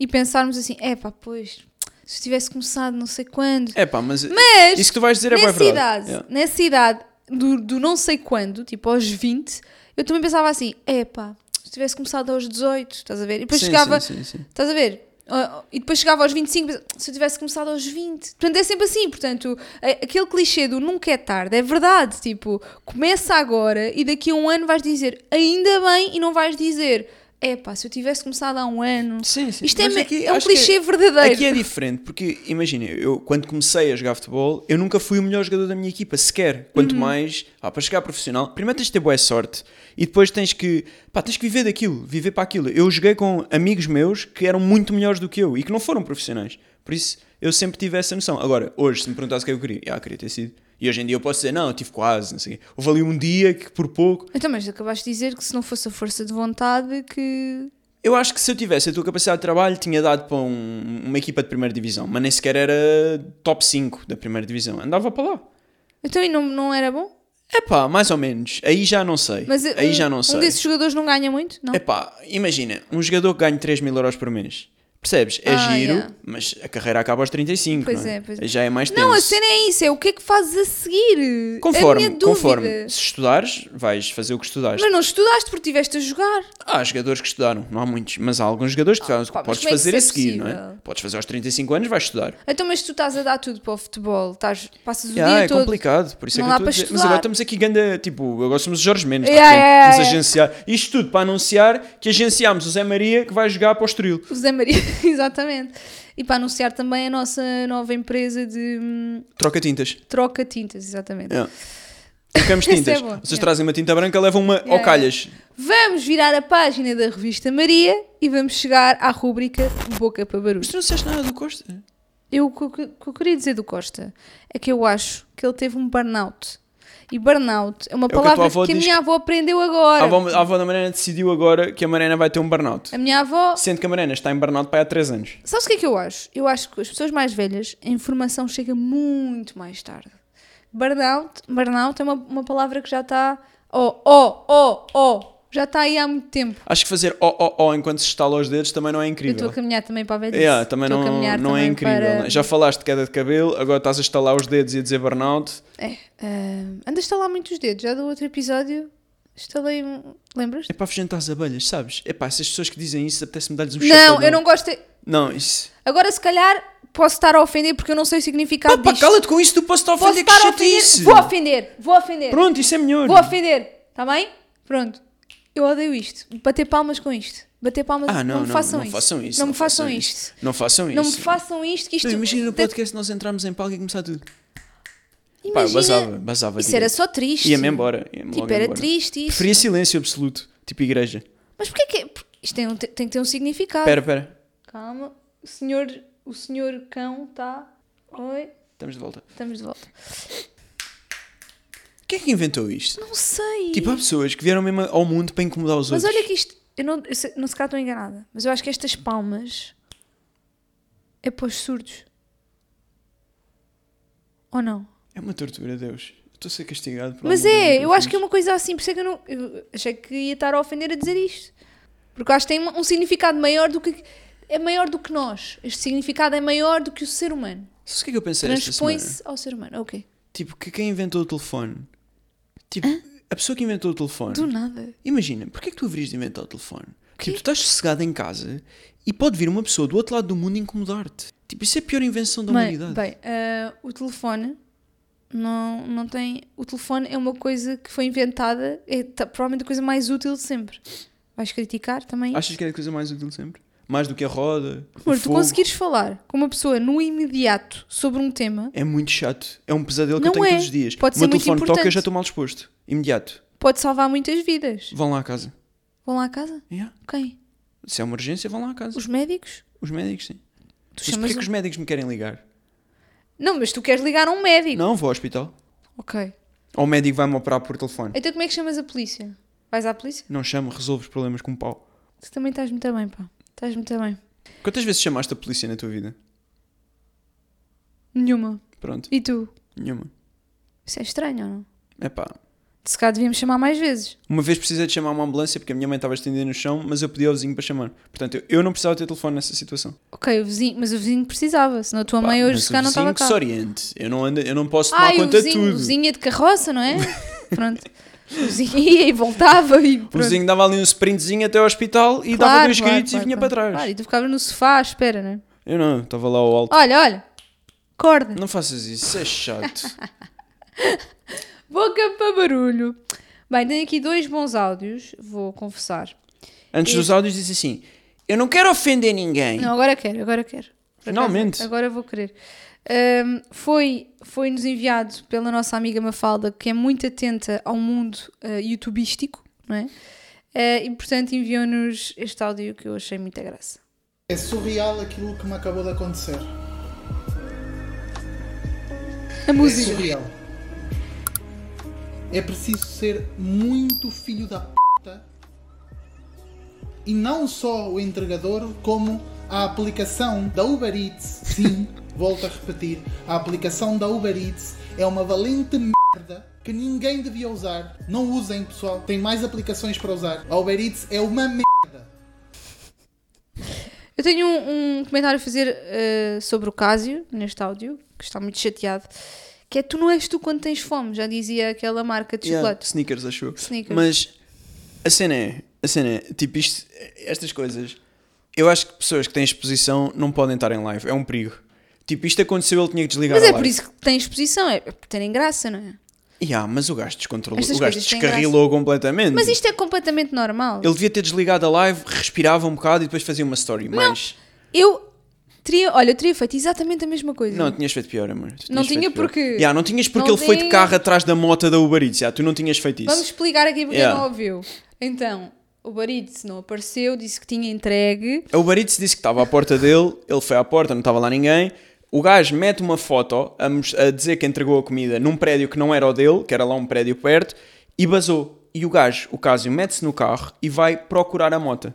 A: e pensarmos assim: é pá, pois, se eu tivesse começado não sei quando.
B: É pá, mas.
A: Mas,
B: isso que tu vais dizer é bué
A: nessa
B: verdade.
A: idade,
B: Yeah.
A: nessa idade do, do não sei quando, tipo aos 20, eu também pensava assim: é pá, se tivesse começado aos 18, estás a ver? E depois
B: Sim,
A: chegava,
B: sim, sim, sim.
A: Estás a ver? Ó, ó, E depois chegava aos 25, pensava, se eu tivesse começado aos 20. Portanto, é sempre assim. Portanto, a- aquele clichê do nunca é tarde é verdade. Tipo, começa agora e daqui a um ano vais dizer ainda bem e não vais dizer epá, se eu tivesse começado há um ano.
B: Sim, sim.
A: Isto é,
B: Mas
A: me-
B: aqui
A: é um
B: acho que
A: clichê verdadeiro.
B: Aqui é diferente, porque imagina, eu quando comecei a jogar futebol, eu nunca fui o melhor jogador da minha equipa, sequer. Quanto mais, ah, para chegar profissional, primeiro tens de ter boa sorte e depois tens que, pá, tens que viver daquilo, viver para aquilo. Eu joguei com amigos meus que eram muito melhores do que eu e que não foram profissionais. Por isso, eu sempre tive essa noção. Agora, hoje, se me perguntasse o que eu queria, ah, queria ter sido. E hoje em dia eu posso dizer, não, eu tive quase, não sei o quê. Houve ali um dia que por pouco.
A: Então, mas acabaste de dizer que se não fosse a força de vontade que...
B: Eu acho que se eu tivesse a tua capacidade de trabalho, tinha dado para um- uma equipa de primeira divisão, mas nem sequer era top 5 da primeira divisão. Andava para lá.
A: Então, e não, não era bom?
B: É pá, mais ou menos. Aí já não sei.
A: Mas uh,
B: Aí
A: um,
B: já não
A: um
B: sei.
A: desses jogadores não ganha muito? Não?
B: É pá, imagina, um jogador que ganha 3 mil euros por mês. Percebes? É
A: Ah,
B: giro,
A: yeah.
B: mas a carreira acaba aos 35.
A: Pois
B: não é?
A: é, pois é.
B: Já é mais tenso.
A: Não, a cena é isso, é o que é que fazes a seguir. a
B: Conforme,
A: minha
B: conforme.
A: dúvida.
B: Se estudares, vais fazer o que estudaste.
A: Mas não estudaste porque estiveste a jogar.
B: Há jogadores que estudaram, não há muitos, mas há alguns jogadores que estudaram.
A: pá, mas
B: podes
A: como é que
B: fazer a
A: isso é
B: seguir, não é?
A: possível?
B: Podes fazer aos 35 anos, vais estudar.
A: Então, mas tu estás a dar tudo para o futebol, estás, passas o
B: Ah,
A: dia
B: é
A: todo.
B: complicado, por isso
A: Não
B: é
A: dá
B: que eu
A: para
B: estou a dizer. Mas
A: estudar.
B: agora estamos aqui ganda, tipo, agora somos os Jorge Mendes,
A: Yeah,
B: de repente,
A: yeah,
B: vamos
A: yeah.
B: agenciar. Isto tudo para anunciar que agenciámos o Zé Maria que vai jogar para o Estoril.
A: O Zé Maria, exatamente. E para anunciar também a nossa nova empresa de hum,
B: Troca tintas.
A: troca tintas, exatamente.
B: Yeah. Trocamos
A: Isso é
B: tintas.
A: bom,
B: Vocês
A: yeah.
B: trazem uma tinta branca, levam uma ao
A: Yeah,
B: calhas.
A: Vamos virar a página da revista Maria e vamos chegar à rúbrica Boca para Barulho.
B: Mas tu não disseste nada do Costa?
A: Eu, o que, o que eu queria dizer do Costa é que eu acho que ele teve um burnout. E burnout é uma
B: que a tua
A: palavra que
B: avó
A: a,
B: diz
A: minha avó aprendeu agora.
B: A avó, a avó da Mariana decidiu agora que a Mariana vai ter um burnout.
A: A minha avó.
B: Sendo que a Mariana está em burnout para há 3 anos.
A: Sabes o que é que eu acho? Eu acho que as pessoas mais velhas, a informação chega muito mais tarde. Burnout, burnout é uma, uma palavra que já está. Oh, oh, oh, oh! Já está aí há muito tempo.
B: Acho que fazer ó, ó, ó enquanto se estala os dedos também não é
A: Eu estou
B: incrível.
A: a caminhar também para a velhice.
B: Yeah, também
A: Estou
B: não,
A: a caminhar
B: não é
A: também
B: incrível.
A: para-
B: né? Já falaste de queda de cabelo, agora estás a estalar os dedos e a dizer burnout.
A: É, ah, andas a lá muito os dedos. Já do outro episódio estalei um. Lembras?
B: É para afugentar as abelhas, sabes? É pá, essas pessoas que dizem isso, apetece-me dar-lhes um
A: Não,
B: chapadão.
A: eu não gosto. de-
B: Não, isso.
A: Agora, se calhar, posso estar a ofender porque eu não sei o significado
B: Pá, pá,
A: disto.
B: cala-te com isso, tu posso estar a
A: posso
B: ofender que
A: estar a ofender.
B: chatice.
A: Vou ofender, vou ofender.
B: Pronto, isso é melhor.
A: Vou ofender, está bem? Pronto. Eu odeio isto. Bater palmas com isto. Bater palmas.
B: Ah, não,
A: me
B: não,
A: façam
B: não
A: isto.
B: façam isso.
A: Não me façam isto.
B: Não façam
A: Não me
B: isso.
A: façam isto, que isto.
B: Tu Imagina no
A: até-
B: podcast nós entrarmos em palco e começar tudo. Pá, eu
A: Imagina-
B: basava, basava.
A: Isso
B: direto.
A: era só triste.
B: Ia-me embora. Ia-me
A: Tipo,
B: logo
A: era
B: embora.
A: triste isto.
B: Preferia silêncio absoluto, tipo igreja.
A: Mas porquê que. por- Isto tem, um- tem que ter um significado.
B: Espera, espera.
A: Calma. O senhor, o senhor cão está. Oi,
B: Estamos de volta.
A: estamos de volta.
B: Quem é que inventou isto?
A: Não sei.
B: Tipo, há pessoas que vieram mesmo ao mundo para incomodar os
A: Mas
B: outros.
A: olha que isto. Eu não, eu se, não se calhar estou enganada, mas eu acho que estas palmas é para os surdos. Ou não?
B: É uma tortura, Deus. Eu Estou a ser castigado. por
A: mas
B: alguma coisa
A: é, eu
B: eu
A: acho que é uma coisa assim, por isso é que eu não. Eu achei que ia estar a ofender a dizer isto. Porque eu acho que tem um significado maior do que. É maior do que nós. Este significado é maior do que o ser humano.
B: fiz. Sabes o que é que eu pensei esta semana?
A: Transpõe-se ao ser humano. Ok.
B: Tipo, que quem inventou o telefone? Tipo, a pessoa que inventou o telefone.
A: Do nada.
B: Imagina, porquê é que tu haverias de inventar o telefone? Tipo, tu estás sossegado em casa e pode vir uma pessoa do outro lado do mundo incomodar-te. Tipo, isso é a pior invenção da
A: Bem,
B: humanidade.
A: bem, ah, o telefone não, não tem. O telefone é uma coisa que foi inventada, é ta- provavelmente a coisa mais útil de sempre. Vais criticar também?
B: Achas que é a coisa mais útil sempre? Mais do que a roda? o
A: Amor, tu
B: fogo?
A: conseguires falar com uma pessoa no imediato sobre um tema
B: É muito chato. É um pesadelo que
A: Não
B: eu tenho
A: é.
B: todos os dias.
A: Pode
B: o
A: ser
B: meu
A: muito
B: telefone toca,
A: importante.
B: eu já estou mal disposto. Imediato.
A: pode salvar muitas vidas.
B: Vão lá à casa.
A: Vão lá à casa?
B: Yeah.
A: Quem?
B: Se é uma urgência, vão lá à casa. Os,
A: Os médicos?
B: médicos, sim.
A: Tu
B: Mas porquê
A: chamas
B: que os
A: um-
B: médicos me querem ligar?
A: Não, mas tu queres ligar a um médico.
B: Não, vou ao hospital.
A: Ok.
B: Ou o médico vai-me operar por telefone.
A: Então como é que chamas a polícia? Vais à polícia?
B: Não chamo, resolvo os problemas com um pau.
A: Tu também estás muito bem, pá. Estás muito bem.
B: Quantas vezes chamaste a polícia na tua vida?
A: Nenhuma.
B: Pronto,
A: E tu?
B: nenhuma.
A: Isso é estranho ou não?
B: É pá.
A: Se calhar devíamos chamar mais vezes.
B: Uma vez precisei de chamar uma ambulância porque a minha mãe estava estendida no chão, mas eu pedi ao vizinho para chamar. Portanto, eu, eu não precisava ter telefone nessa situação.
A: Ok, o vizinho, mas o vizinho precisava, senão a tua
B: Pá,
A: mãe hoje
B: mas
A: se calhar não
B: o vizinho
A: estava
B: que
A: cá.
B: se oriente. Eu não, ando, eu não posso tomar
A: Ah, e o
B: conta de
A: vizinho, o
B: tudo.
A: vizinho é de carroça, não é? Pronto. O vizinho ia e voltava e
B: O
A: pronto.
B: vizinho dava ali um sprintzinho até ao hospital e
A: Claro,
B: dava dois
A: claro,
B: gritos
A: claro,
B: e vinha
A: claro.
B: para trás.
A: Claro, e tu ficavas no sofá à espera, não é?
B: Eu não, estava lá ao alto.
A: Olha, olha. Corda.
B: Não faças isso, isso é chato.
A: Boca para barulho. Bem, tenho aqui dois bons áudios, vou confessar.
B: Antes dos áudios diz assim: Eu não quero ofender ninguém.
A: Não, agora quero, agora quero. Por acaso,
B: Finalmente.
A: agora vou querer. Ahm, foi, foi-nos enviado pela nossa amiga Mafalda, que é muito atenta ao mundo ah, youtubístico, não é? Ah, e portanto enviou-nos este áudio que eu achei muita graça.
C: É surreal aquilo que me acabou de acontecer.
A: A
C: É
A: música.
C: surreal. É preciso ser muito filho da puta. E não só o entregador, como a aplicação da Uber Eats. Sim, volto a repetir. A aplicação da Uber Eats é uma valente merda que ninguém devia usar. Não usem, pessoal. Tem mais aplicações para usar. A Uber Eats é uma merda.
A: Eu tenho um, um comentário a fazer eh, sobre o Cásio, neste áudio, que está muito chateado, que é tu não és tu quando tens fome, já dizia aquela marca de
B: Yeah,
A: chocolate.
B: sneakers, achou?
A: Sneakers.
B: Mas a cena é, a cena é, tipo, isto, estas coisas, eu acho que pessoas que têm exposição não podem estar em live, é um perigo. Tipo, isto aconteceu, ele tinha que desligar
A: Mas
B: a
A: é
B: live.
A: por isso que tens exposição, é por terem graça, não é?
B: Yeah, mas o gajo descontrolou,
A: Estas
B: o gajo
A: coisas têm
B: descarrilou completamente.
A: Mas isto é completamente normal.
B: Ele devia ter desligado a live, respirava um bocado e depois fazia uma story, mas...
A: Eu teria, olha, eu teria feito exatamente a mesma coisa.
B: Não, tinhas feito pior, amor. Tu
A: Não
B: tinhas feito
A: tinha
B: pior.
A: porque-
B: Yeah, não tinhas porque
A: Não
B: ele foi de
A: tinha.
B: carro atrás da moto da Uber Eats. Yeah, tu não tinhas feito isso.
A: Vamos explicar aqui porque
B: Yeah.
A: não ouviu. Então, o barito se não apareceu, disse que tinha entregue.
B: A Uber Eats disse que estava à porta dele, ele foi à porta, não estava lá ninguém. O gajo mete uma foto a, mos- a dizer que entregou a comida num prédio que não era o dele, que era lá um prédio perto, e basou. E o gajo, o Cásio, mete-se no carro e vai procurar a mota.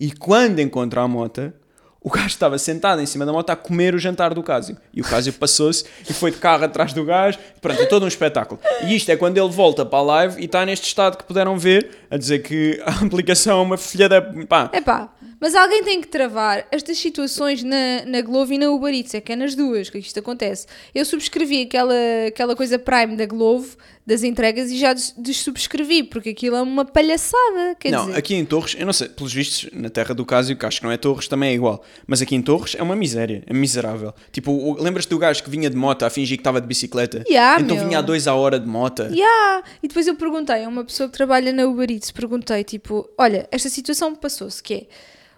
B: E quando encontra a mota, o gajo estava sentado em cima da mota a comer o jantar do Cásio. E o Cásio passou-se e foi de carro atrás do gajo. Pronto, é todo um espetáculo. E isto é quando ele volta para a live e está neste estado que puderam ver, a dizer que a aplicação é uma filha da... Pá,
A: Epá, mas alguém tem que travar estas situações na, na Glovo e na Uber Eats, é que é nas duas que isto acontece. Eu subscrevi aquela, aquela coisa Prime da Glovo, das entregas, e já des- dessubscrevi, porque aquilo é uma palhaçada, quer
B: não,
A: dizer.
B: aqui em Torres, eu não sei, pelos vistos, na terra do Cásio, que acho que não é Torres, também é igual. Mas aqui em Torres é uma miséria, é miserável. Tipo, o- lembras-te do gajo que vinha de moto a fingir que estava de bicicleta?
A: Yeah,
B: então
A: meu.
B: vinha a dois à hora de moto.
A: Yeah. E depois eu perguntei a uma pessoa que trabalha na Uber Eats, perguntei tipo, olha, esta situação passou-se, que é,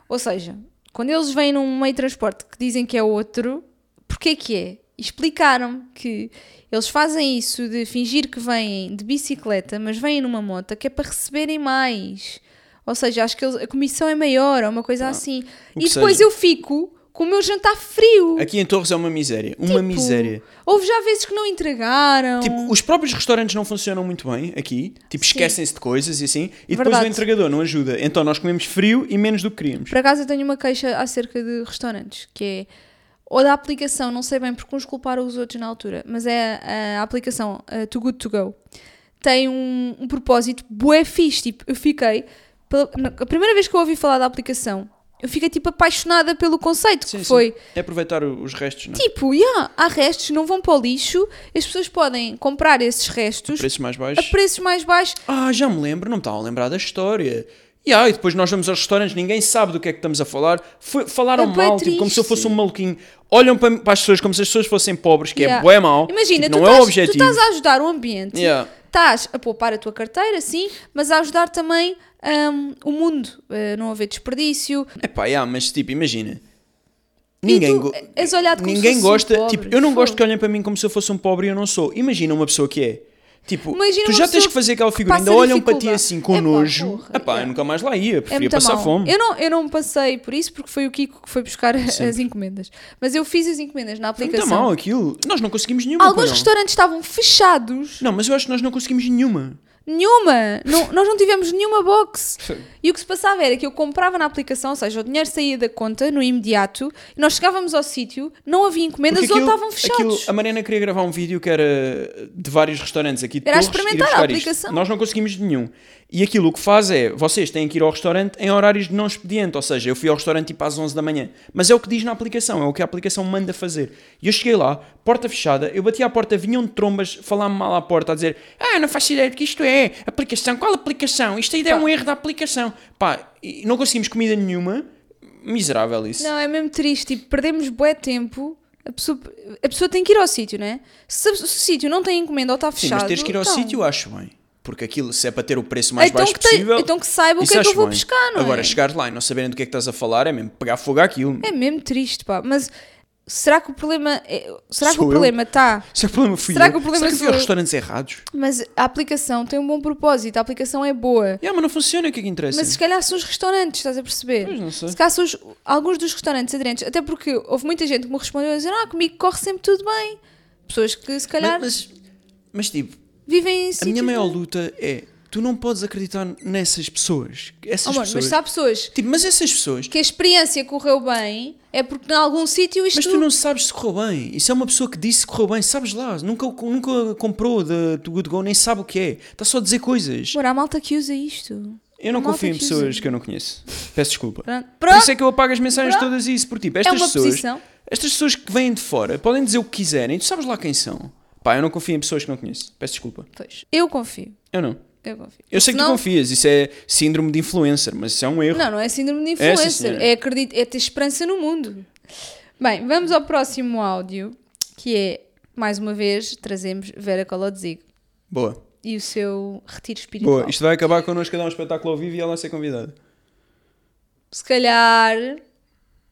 A: ou seja, quando eles vêm num meio de transporte que dizem que é outro, porquê que é? E Explicaram-me que eles fazem isso de fingir que vêm de bicicleta, mas vêm numa moto, que é para receberem mais. Ou seja, acho que eles- a comissão é maior ou uma coisa assim.
B: Ah. o
A: E
B: que
A: depois
B: seja.
A: eu fico com o meu jantar frio.
B: Aqui em Torres é uma miséria, uma
A: Tipo,
B: miséria.
A: Houve já vezes que não entregaram.
B: Tipo, os próprios restaurantes não funcionam muito bem aqui. Tipo, esquecem-se de coisas e assim. E depois
A: Verdade.
B: o entregador não ajuda. Então nós comemos frio e menos do que queríamos.
A: Por acaso eu tenho uma queixa acerca de restaurantes, que é ou da aplicação, não sei bem porque uns culparam os outros na altura, mas é a, a aplicação a Too Good To Go. Tem um, um propósito bué fixe, tipo, eu fiquei, pela- na- a primeira vez que eu ouvi falar da aplicação, eu fiquei tipo apaixonada pelo conceito,
B: Sim,
A: que
B: sim.
A: foi...
B: É aproveitar o- os restos, não? é?
A: Tipo, yeah, há restos, não vão para o lixo, as pessoas podem comprar esses restos
B: Preços mais
A: a
B: baixos.
A: preços mais baixos.
B: Ah, já me lembro, não me estava a lembrar da história. E aí, depois nós vamos aos restaurantes, ninguém sabe do que é que estamos a falar. Foi- falaram
A: É bué
B: mal, tipo, como se eu
A: triste.
B: fosse um maluquinho. Olham para, para as pessoas como se as pessoas fossem pobres, que
A: Yeah.
B: é bué mau.
A: Imagina,
B: tipo, não
A: tu,
B: é o
A: estás, tu
B: objetivo.
A: estás a ajudar o ambiente,
B: Yeah.
A: estás a poupar a tua carteira, sim, mas a ajudar também hum, o mundo, a não haver desperdício.
B: Epá, yeah, mas tipo, imagina. Ninguém,
A: tu
B: go-
A: és olhado como se
B: ninguém
A: fosse um
B: gosta.
A: pobre.
B: tipo, eu não gosto
A: Fogo.
B: que olhem para mim como se eu fosse um pobre e eu não sou. Imagina uma pessoa que é. Tipo,
A: Imagina
B: tu
A: uma
B: já
A: pessoa
B: tens que fazer aquela
A: que
B: figura,
A: passa
B: ainda olham para ti
A: dificuldade.
B: assim com
A: Epá,
B: nojo.
A: porra,
B: Epá,
A: yeah.
B: eu nunca mais lá ia,
A: É
B: preferia
A: muito
B: passar
A: mau.
B: fome.
A: Eu não, eu não passei por isso porque foi o Kiko que foi buscar as encomendas. Mas eu fiz as encomendas na
B: É muito
A: aplicação.
B: mal aquilo. Nós não conseguimos nenhuma.
A: Alguns
B: pois não.
A: restaurantes estavam fechados.
B: Não, mas eu acho que nós não conseguimos nenhuma.
A: Nenhuma! Não- nós não tivemos nenhuma box. E o que se passava era que eu comprava na aplicação, ou seja, o dinheiro saía da conta no imediato, e nós chegávamos ao sítio, não havia encomendas
B: Porque
A: ou estavam fechados.
B: aquilo- a Mariana queria gravar um vídeo que era de vários restaurantes aqui de
A: Era a
B: Torres, ir
A: experimentar a
B: buscar
A: aplicação.
B: Isto. Nós não conseguimos nenhum. E aquilo o que faz é, vocês têm que ir ao restaurante em horários de não expediente, ou seja, eu fui ao restaurante tipo às 11 da manhã. Mas é o que diz na aplicação, é o que a aplicação manda fazer. E eu cheguei lá, porta fechada, eu bati à porta, vinham de trombas falar-me mal à porta, a dizer, ah, eu não faço ideia do que isto é, aplicação, qual aplicação? Isto ainda é um erro da aplicação. Pá, e não conseguimos comida nenhuma, miserável isso.
A: Não, é mesmo triste. Tipo, perdemos bué tempo. A pessoa, a pessoa tem que ir ao sítio, né? Se, se o sítio não tem encomenda ou está
B: Sim,
A: fechado.
B: mas teres que ir ao
A: então-
B: sítio, acho bem. Porque aquilo, se é para ter o preço mais
A: Então
B: baixo
A: que te-
B: possível.
A: então que saiba o
B: isso
A: que é que eu
B: acho
A: vou
B: bem.
A: buscar, não é?
B: Agora, chegar lá e não saberem do que é que estás a falar é mesmo pegar fogo àquilo.
A: É mesmo triste, pá. Mas será que o problema. é- será que
B: Sou
A: o
B: eu?
A: problema está.
B: Será que o problema fui
A: Será
B: eu?
A: que o problema
B: Será que fui
A: sou
B: aos
A: eu?
B: restaurantes errados?
A: Mas a aplicação tem um bom propósito, a aplicação é boa.
B: Yeah, mas não funciona, o que é que interessa?
A: Mas se calhar são os restaurantes, estás a perceber?
B: Pois, não sei.
A: Se calhar são os- alguns dos restaurantes aderentes. Até porque houve muita gente que me respondeu a dizer: Ah, comigo corre sempre tudo bem. Pessoas que se calhar tipo-
B: Mas- mas, mas, tipo,
A: vivem em
B: a minha
A: sítios-
B: maior luta é tu não podes acreditar nessas pessoas. Essas
A: Oh, amor, mas
B: pessoas.
A: se há pessoas
B: Tipo, mas essas pessoas.
A: que a experiência correu bem é porque em algum sítio isto
B: Mas tu não sabes se correu bem. Isso é uma pessoa que disse que correu bem. Sabes lá, nunca, nunca comprou da do Good Go, nem sabe o que é. Está só a dizer coisas.
A: Amor, há malta que usa isto.
B: Eu não
A: Malta
B: confio em
A: que
B: pessoas
A: usa.
B: que eu não conheço. Peço desculpa.
A: Pronto.
B: Por
A: Pronto.
B: isso é que eu apago as mensagens
A: Pronto.
B: todas e isso por tipo.
A: É
B: Estas
A: uma
B: pessoas,
A: posição.
B: estas pessoas que vêm de fora podem dizer o que quiserem, tu sabes lá quem são. Pá, eu não confio em pessoas que não conheço. Peço desculpa.
A: Pois. Eu confio.
B: Eu não.
A: Eu confio.
B: Eu sei que tu
A: Senão-
B: confias, isso é síndrome de influencer, mas isso é um erro.
A: Não, não é síndrome de
B: sim,
A: influencer.
B: senhora.
A: É, acredito, é ter esperança no mundo. Bem, vamos ao próximo áudio, que é, mais uma vez, trazemos Vera Kolodzig
B: Boa.
A: e o seu retiro espiritual.
B: Boa. Isto vai acabar connosco a dar um espetáculo ao vivo e ela a ser convidada.
A: Se calhar...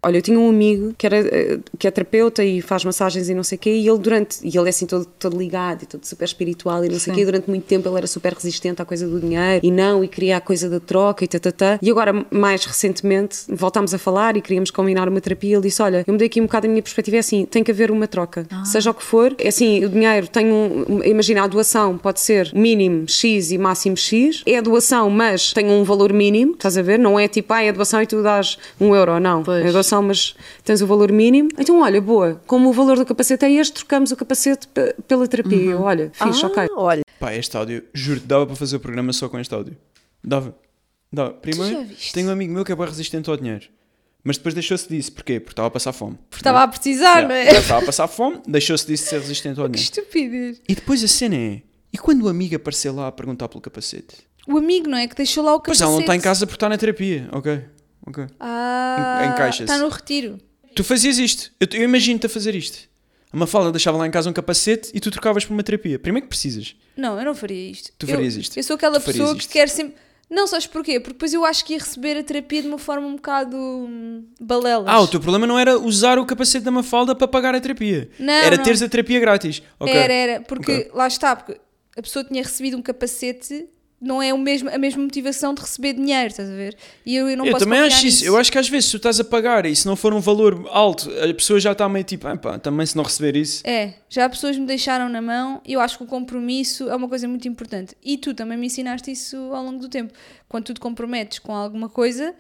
D: Olha, eu tinha um amigo que, era, eh, que é terapeuta e faz massagens e não sei o quê, e ele durante, e ele é assim todo, todo ligado e todo super espiritual e não sei o quê, e durante muito tempo ele era super resistente à coisa do dinheiro e não, e queria a coisa da troca e tatatá. E agora, mais recentemente, voltámos a falar e queríamos combinar uma terapia, ele disse, olha, eu mudei aqui um bocado a minha perspectiva, é assim, tem que haver uma troca, seja o que for, é assim, o dinheiro tem um, um- imagina, a doação pode ser mínimo X e máximo X, é a doação, mas tem um valor mínimo, estás a ver, não é tipo, ah, é a doação e tu dás um euro, não,
E: Pois.
D: é a doação ação, mas tens o valor mínimo. Então, olha, boa, como o valor do capacete é este, trocamos o capacete pe- pela terapia. Eu, Olha, fixe, ok.
E: Olha,
B: Pá, este áudio, juro-te, dava para fazer o programa só com este áudio. Dava. Dava. Primeiro,
A: viste?
B: tenho um amigo meu que é bem resistente ao dinheiro. Mas depois deixou-se disso. Porquê? Porque estava a passar fome.
A: Porque estava a precisar, não
B: Yeah.
A: é?
B: Estava a passar fome, deixou-se disso de ser resistente ao
A: Que
B: dinheiro.
A: estupidez.
B: E depois a cena é... E quando o amigo aparecer lá a perguntar pelo capacete?
A: O amigo, não é? Que deixou lá o
B: Pois
A: capacete.
B: ela não está em casa porque está na terapia. Ok, ok.
A: Ah,
B: Encaixa-se.
A: Está no retiro.
B: Tu fazias isto. Eu, eu imagino-te a fazer isto. A Mafalda deixava lá em casa um capacete e tu trocavas por uma terapia. Primeiro que precisas.
A: Não, eu não faria isto.
B: Tu
A: Eu-
B: farias isto.
A: Eu sou aquela
B: Tu farias
A: pessoa
B: isto.
A: que quer sempre... Não, sabes porquê? Porque depois eu acho que ia receber a terapia de uma forma um bocado hum, balelas.
B: Ah, o teu problema não era usar o capacete da Mafalda para pagar a terapia.
A: Não,
B: era
A: não.
B: teres a terapia grátis. Ok.
A: Era, era, porque
B: Ok.
A: lá está, porque a pessoa tinha recebido um capacete, não é o mesmo, a mesma motivação de receber dinheiro, estás a ver? E eu, eu não
B: eu
A: posso
B: também
A: confiar
B: acho isso.
A: nisso.
B: Eu acho que às vezes se tu estás a pagar e se não for um valor alto, a pessoa já está meio tipo, ah, pá, também se não receber isso.
A: É, já pessoas me deixaram na mão e eu acho que o compromisso é uma coisa muito importante. E tu também me ensinaste isso ao longo do tempo. Quando tu te comprometes com alguma coisa,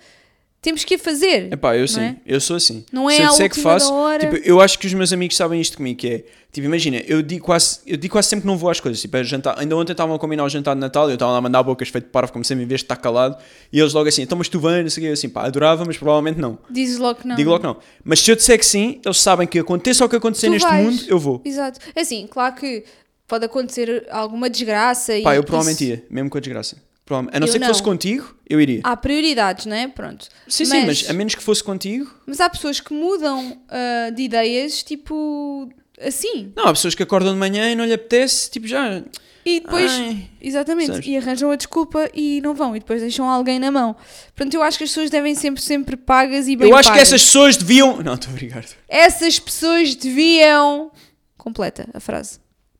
A: temos que a fazer.
B: É pá, eu
A: não
B: sim,
A: é?
B: eu sou assim.
A: Não é
B: Se eu
A: à
B: disser que
A: última
B: faço,
A: da hora.
B: tipo, eu acho que os meus amigos sabem isto comigo, que é, tipo, imagina, eu digo quase, eu digo quase sempre que não vou às coisas, tipo, é jantar, ainda ontem estavam a combinar o jantar de Natal, eu estava lá a mandar bocas feito parvo, como sempre, em vez de estar calado, e eles logo assim, então mas tu vens, não sei o quê, eu assim, pá, adorava, mas provavelmente não.
A: Dizes logo que não.
B: Digo logo que não. Mas se eu disser que sim, eles sabem que aconteça o que acontecer
A: Tu
B: neste
A: vais.
B: mundo, eu vou.
A: Exato. Assim, claro que pode acontecer alguma desgraça e.
B: Pá, eu provavelmente
A: isso-
B: ia, mesmo com a desgraça. Prova- A não
A: Eu
B: ser que fosse
A: não. Ah,
B: contigo, eu iria.
A: Há prioridades, não é? Pronto.
B: sim, sim, mas a menos que fosse contigo.
A: Mas há pessoas que mudam ah, de ideias, tipo, assim.
B: Não, há pessoas que acordam de manhã e não lhe apetece, tipo, já.
A: E depois,
B: Ai.
A: exatamente,
B: Sabes?
A: e arranjam a desculpa e não vão. E depois deixam alguém na mão. Portanto, eu acho que as pessoas devem sempre, sempre pagas e bem
B: eu acho que
A: pagas.
B: essas pessoas deviam. Não, estou obrigado.
A: Essas pessoas deviam... Completa a frase.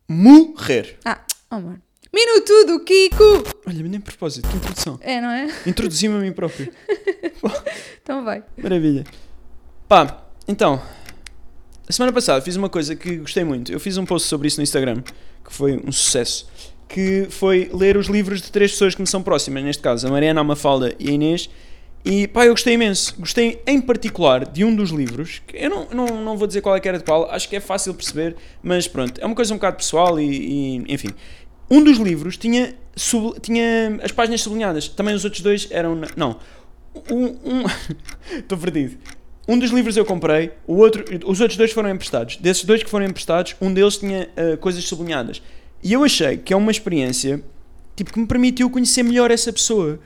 B: Morrer.
A: Ah, oh, mano. Minuto do Kiko!
B: Olha, nem de propósito, que introdução.
A: É, não é?
B: Introduzi-me a mim próprio.
A: Então vai.
B: Maravilha. Pá, então. A semana passada fiz uma coisa que gostei muito. Eu fiz um post sobre isso no Instagram, que foi um sucesso. Que foi ler os livros de três pessoas que me são próximas, neste caso, a Mariana, a Mafalda e a Inês. E pá, eu gostei imenso. Gostei em particular de um dos livros, que eu não, não, não vou dizer qual é que era de qual, acho que é fácil perceber, mas pronto, é uma coisa um bocado pessoal e, e, enfim. Um dos livros tinha, sub- tinha as páginas sublinhadas, também os outros dois eram. na- Não. Um. um- Estou perdido. Um dos livros eu comprei, o outro, os outros dois foram emprestados. Desses dois que foram emprestados, um deles tinha ah, coisas sublinhadas. E eu achei que é uma experiência tipo, que me permitiu conhecer melhor essa pessoa.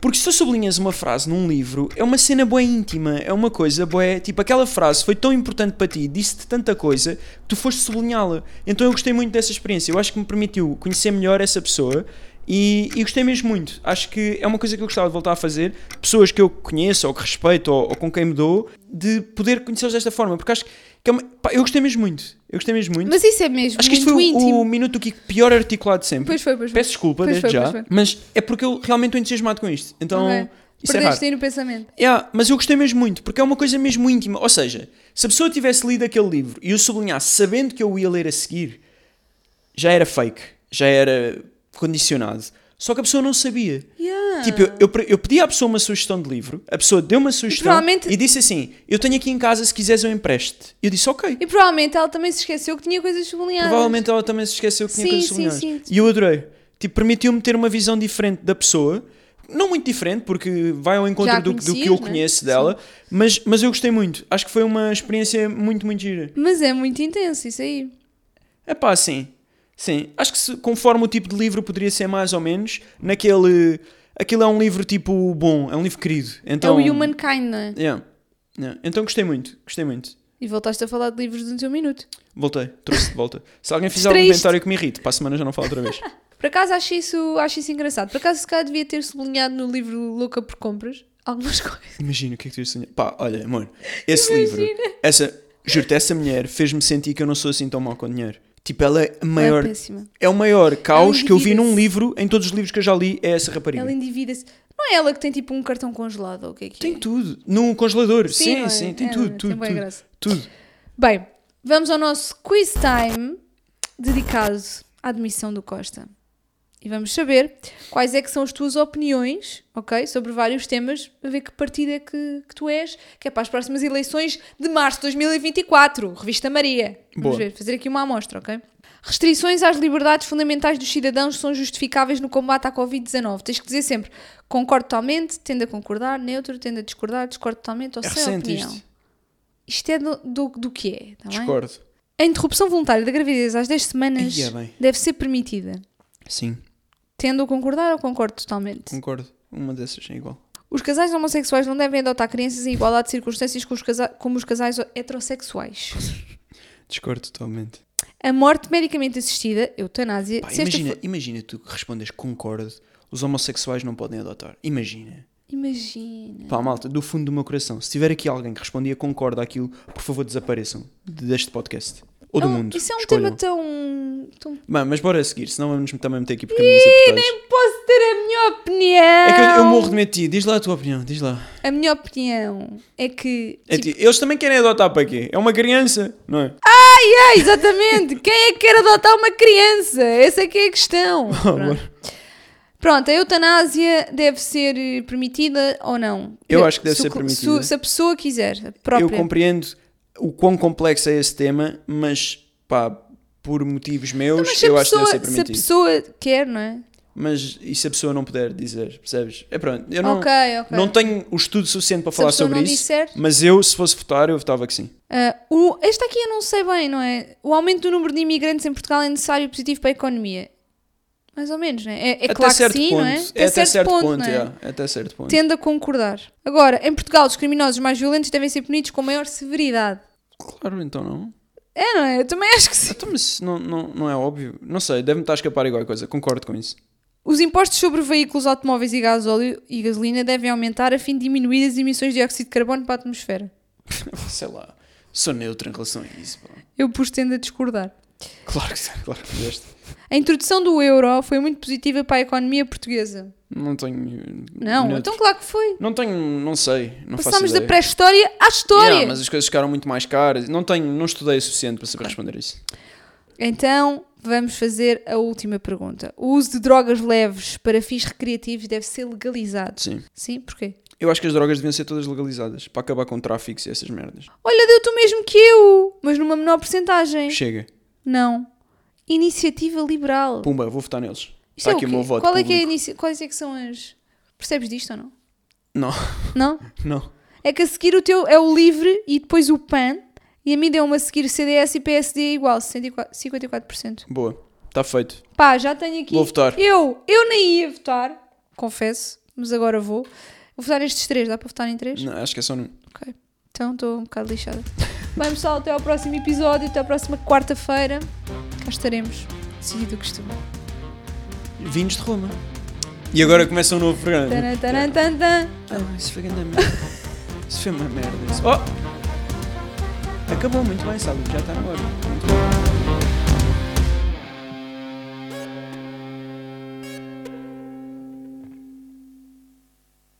B: Porque se tu sublinhas uma frase num livro, é uma cena boa íntima, é uma coisa boa. Tipo, aquela frase foi tão importante para ti, disse-te tanta coisa, que tu foste sublinhá-la. Então eu gostei muito dessa experiência. Eu acho que me permitiu conhecer melhor essa pessoa e, e gostei mesmo muito. Acho que é uma coisa que eu gostava de voltar a fazer. Pessoas que eu conheço ou que respeito ou, ou com quem me dou, de poder conhecê-los desta forma. Porque acho que é uma- pá, eu gostei mesmo muito. Eu gostei mesmo muito.
A: Mas isso é mesmo
B: Acho que isto
A: muito
B: foi o,
A: íntimo.
B: o minuto que pior articulado de sempre.
A: Pois foi, pois foi.
B: Peço desculpa
A: Pois
B: desde
A: foi,
B: já,
A: pois foi.
B: mas é porque eu realmente estou entusiasmado com isto. Então,
A: Ok.
B: isso é raro.
A: Perdeste aí no pensamento.
B: Yeah, mas eu gostei mesmo muito, porque é uma coisa mesmo íntima. Ou seja, se a pessoa tivesse lido aquele livro e eu sublinhasse sabendo que eu ia ler a seguir, já era fake, já era condicionado. Só que a pessoa não sabia.
A: Yeah.
B: Tipo, eu, eu, pre- eu pedi à pessoa uma sugestão de livro, a pessoa deu uma sugestão
A: provavelmente-
B: e disse assim: Eu tenho aqui em casa, se quiseres eu empreste. Eu disse: Ok.
A: E provavelmente ela também se esqueceu que tinha coisas sublinhadas.
B: Provavelmente ela também se esqueceu que tinha
A: Sim,
B: coisas
A: sim,
B: sublinhadas.
A: sim.
B: E eu adorei. Tipo, permitiu-me ter uma visão diferente da pessoa. não muito diferente, porque vai ao encontro
A: Já a
B: do, do que
A: conhecias,
B: eu
A: né?
B: conheço dela, mas, mas eu gostei muito. Acho que foi uma experiência muito, muito gira.
A: Mas é muito intenso isso aí.
B: É pá, sim. Sim. Acho que se- conforme o tipo de livro poderia ser mais ou menos, naquele. Aquilo é um livro tipo bom, é um livro querido. Então,
A: é o Humankind, não é?
B: Yeah. Yeah. Então gostei muito, gostei muito.
A: E voltaste a falar de livros no teu minuto.
B: Voltei, trouxe de volta. Se alguém fizer algum
A: Distraíste.
B: comentário que me irrite, para a semana já não falo outra vez.
A: Por acaso acho isso, acho isso engraçado. Por acaso se calhar devia ter sublinhado no livro Louca por Compras algumas coisas.
B: Imagina o que é que tu ias sonhar. Pá, olha, amor, esse livro, essa, juro-te, essa mulher fez-me sentir que eu não sou assim tão mau com dinheiro. Tipo, ela é a maior.
A: É péssima.
B: É o maior caos que eu vi
A: endivida-se.
B: num livro, em todos os livros que eu já li, é essa rapariga.
A: Ela endivida-se. Não é ela que tem tipo um cartão congelado ou o que é que
B: Tem
A: é?
B: tudo. No congelador. Sim,
A: não é?
B: sim, tem
A: É,
B: tudo,
A: tem
B: tudo,
A: bué
B: tudo.
A: graça.
B: tudo.
A: Bem, vamos ao nosso quiz time dedicado à admissão do Costa. E vamos saber quais é que são as tuas opiniões, ok? Sobre vários temas, a ver que partido é que, que tu és, que é para as próximas eleições de março de 2024, Revista Maria. Vamos
B: Boa.
A: ver, fazer aqui uma amostra, ok? Restrições às liberdades fundamentais dos cidadãos são justificáveis no combate à Covid-19. Tens que dizer sempre, concordo totalmente, tendo a concordar, neutro, tendo a discordar, discordo totalmente ou
B: É
A: sem
B: recente
A: opinião.
B: isto.
A: Isto é do, do, do que é, tá bem?
B: Discordo.
A: A interrupção voluntária da gravidez às 10 semanas
B: Ia bem.
A: deve ser permitida.
B: Sim,
A: Tendo a concordar ou concordo totalmente?
B: concordo. Uma dessas é igual.
A: Os casais homossexuais não devem adotar crianças em igualdade de circunstâncias com os casa- como os casais heterossexuais.
B: Discordo totalmente.
A: A morte medicamente assistida, eutanásia,
B: Pá,
A: sexta
B: imagina, imagina tu que respondes concordo, os homossexuais não podem adotar. Imagina.
A: Imagina.
B: Pá, malta, do fundo do meu coração, se tiver aqui alguém que respondia concordo àquilo, por favor desapareçam deste podcast. Ou do
A: Não,
B: mundo.
A: Isso é um
B: Escolham.
A: tema tão... tão...
B: Bem, mas bora a seguir, senão vamos também meter aqui por caminhos apertados.
A: Posso ter a minha opinião?
B: É que eu, eu morro de medo de ti. Diz lá a tua opinião, diz lá.
A: A minha opinião é que...
B: É ti- Eles também querem adotar para quê? É uma criança, não é?
A: Ah, exatamente! Quem é que quer adotar uma criança? Essa é que é a
B: Oh,
A: questão. Pronto, Pronto, a eutanásia deve ser eh, permitida ou não?
B: Eu acho que deve
A: Se o
B: ser
A: cl-
B: permitida.
A: Se, se a pessoa quiser, a própria.
B: Eu compreendo o quão complexo é esse tema, mas pá, por motivos meus,
A: Então, Mas se a,
B: eu acho que
A: pessoa,
B: deve ser
A: se a
B: permitido.
A: pessoa quer, não é?
B: Mas e se a pessoa não puder dizer, percebes? É pronto, eu não,
A: ok, ok.
B: não tenho o estudo suficiente para
A: Se a
B: falar
A: pessoa
B: sobre
A: não
B: isso,
A: disser-
B: mas eu, se fosse votar, eu votava que sim.
A: Ah, o, este aqui eu não sei bem, não é? O aumento do número de imigrantes em Portugal é necessário e positivo para a economia. Mais ou menos, não é? É, é
B: até
A: claro
B: certo
A: que sim,
B: ponto,
A: não é?
B: até, certo ponto,
A: não é?
B: yeah, até certo ponto.
A: Tendo a concordar. Agora, em Portugal, os criminosos mais violentos devem ser punidos com maior severidade.
B: Claro, então não.
A: É, não é? Eu também acho que sim.
B: Então, mas não, não, não é óbvio. Não sei, deve-me estar a escapar igual coisa, concordo com isso.
A: Os impostos sobre veículos automóveis e gasóleo e gasolina devem aumentar a fim de diminuir as emissões de dióxido de carbono para a atmosfera.
B: Sei lá, sou neutro em relação a isso. pá.
A: Eu pus tendo a discordar.
B: Claro que sim, claro que fizeste.
A: A introdução do euro foi muito positiva para a economia portuguesa.
B: Não tenho.
A: Não,
B: neutro.
A: então claro que foi.
B: Não tenho, não sei, não
A: Passámos
B: faço
A: da
B: ideia.
A: pré-história à história.
B: Yeah, mas as coisas ficaram muito mais caras. Não tenho, não estudei o suficiente para saber responder isso.
A: Então, vamos fazer a última pergunta. O uso de drogas leves para fins recreativos deve ser legalizado.
B: Sim.
A: Sim, porquê?
B: Eu acho que as drogas deviam ser todas legalizadas para acabar com tráficos e essas merdas.
A: Olha, deu-te o mesmo que eu, mas numa menor porcentagem.
B: Chega.
A: Não. Iniciativa liberal.
B: Pumba, vou votar neles.
A: Isto
B: Está
A: é
B: aqui
A: o
B: o
A: quê?
B: meu voto.
A: Qual é que é a
B: público.
A: inici... Quais é que são as. Percebes disto ou não?
B: Não,
A: Não?
B: não.
A: É que a seguir o teu é o livre e depois o PAN. E a mim deu uma a seguir CDS e PSD igual, 64 54%.
B: Boa. Está feito.
A: Pá, já tenho aqui.
B: Vou votar.
A: Eu, eu nem ia votar, confesso, mas agora vou. Vou votar nestes três, dá para votar em três?
B: Não, acho que é só num.
A: Ok. Então estou um bocado lixada. Bem, pessoal, até ao próximo episódio, até à próxima quarta-feira. Cá estaremos, seguido o costume.
B: Vinhos de Roma. E agora começa um novo programa.
A: Taran, taran, tan, tan.
B: Ah, isso foi grande merda. isso foi uma merda. Isso. Oh! Acabou muito bem, sabe? Já está tá na hora. Muito bem.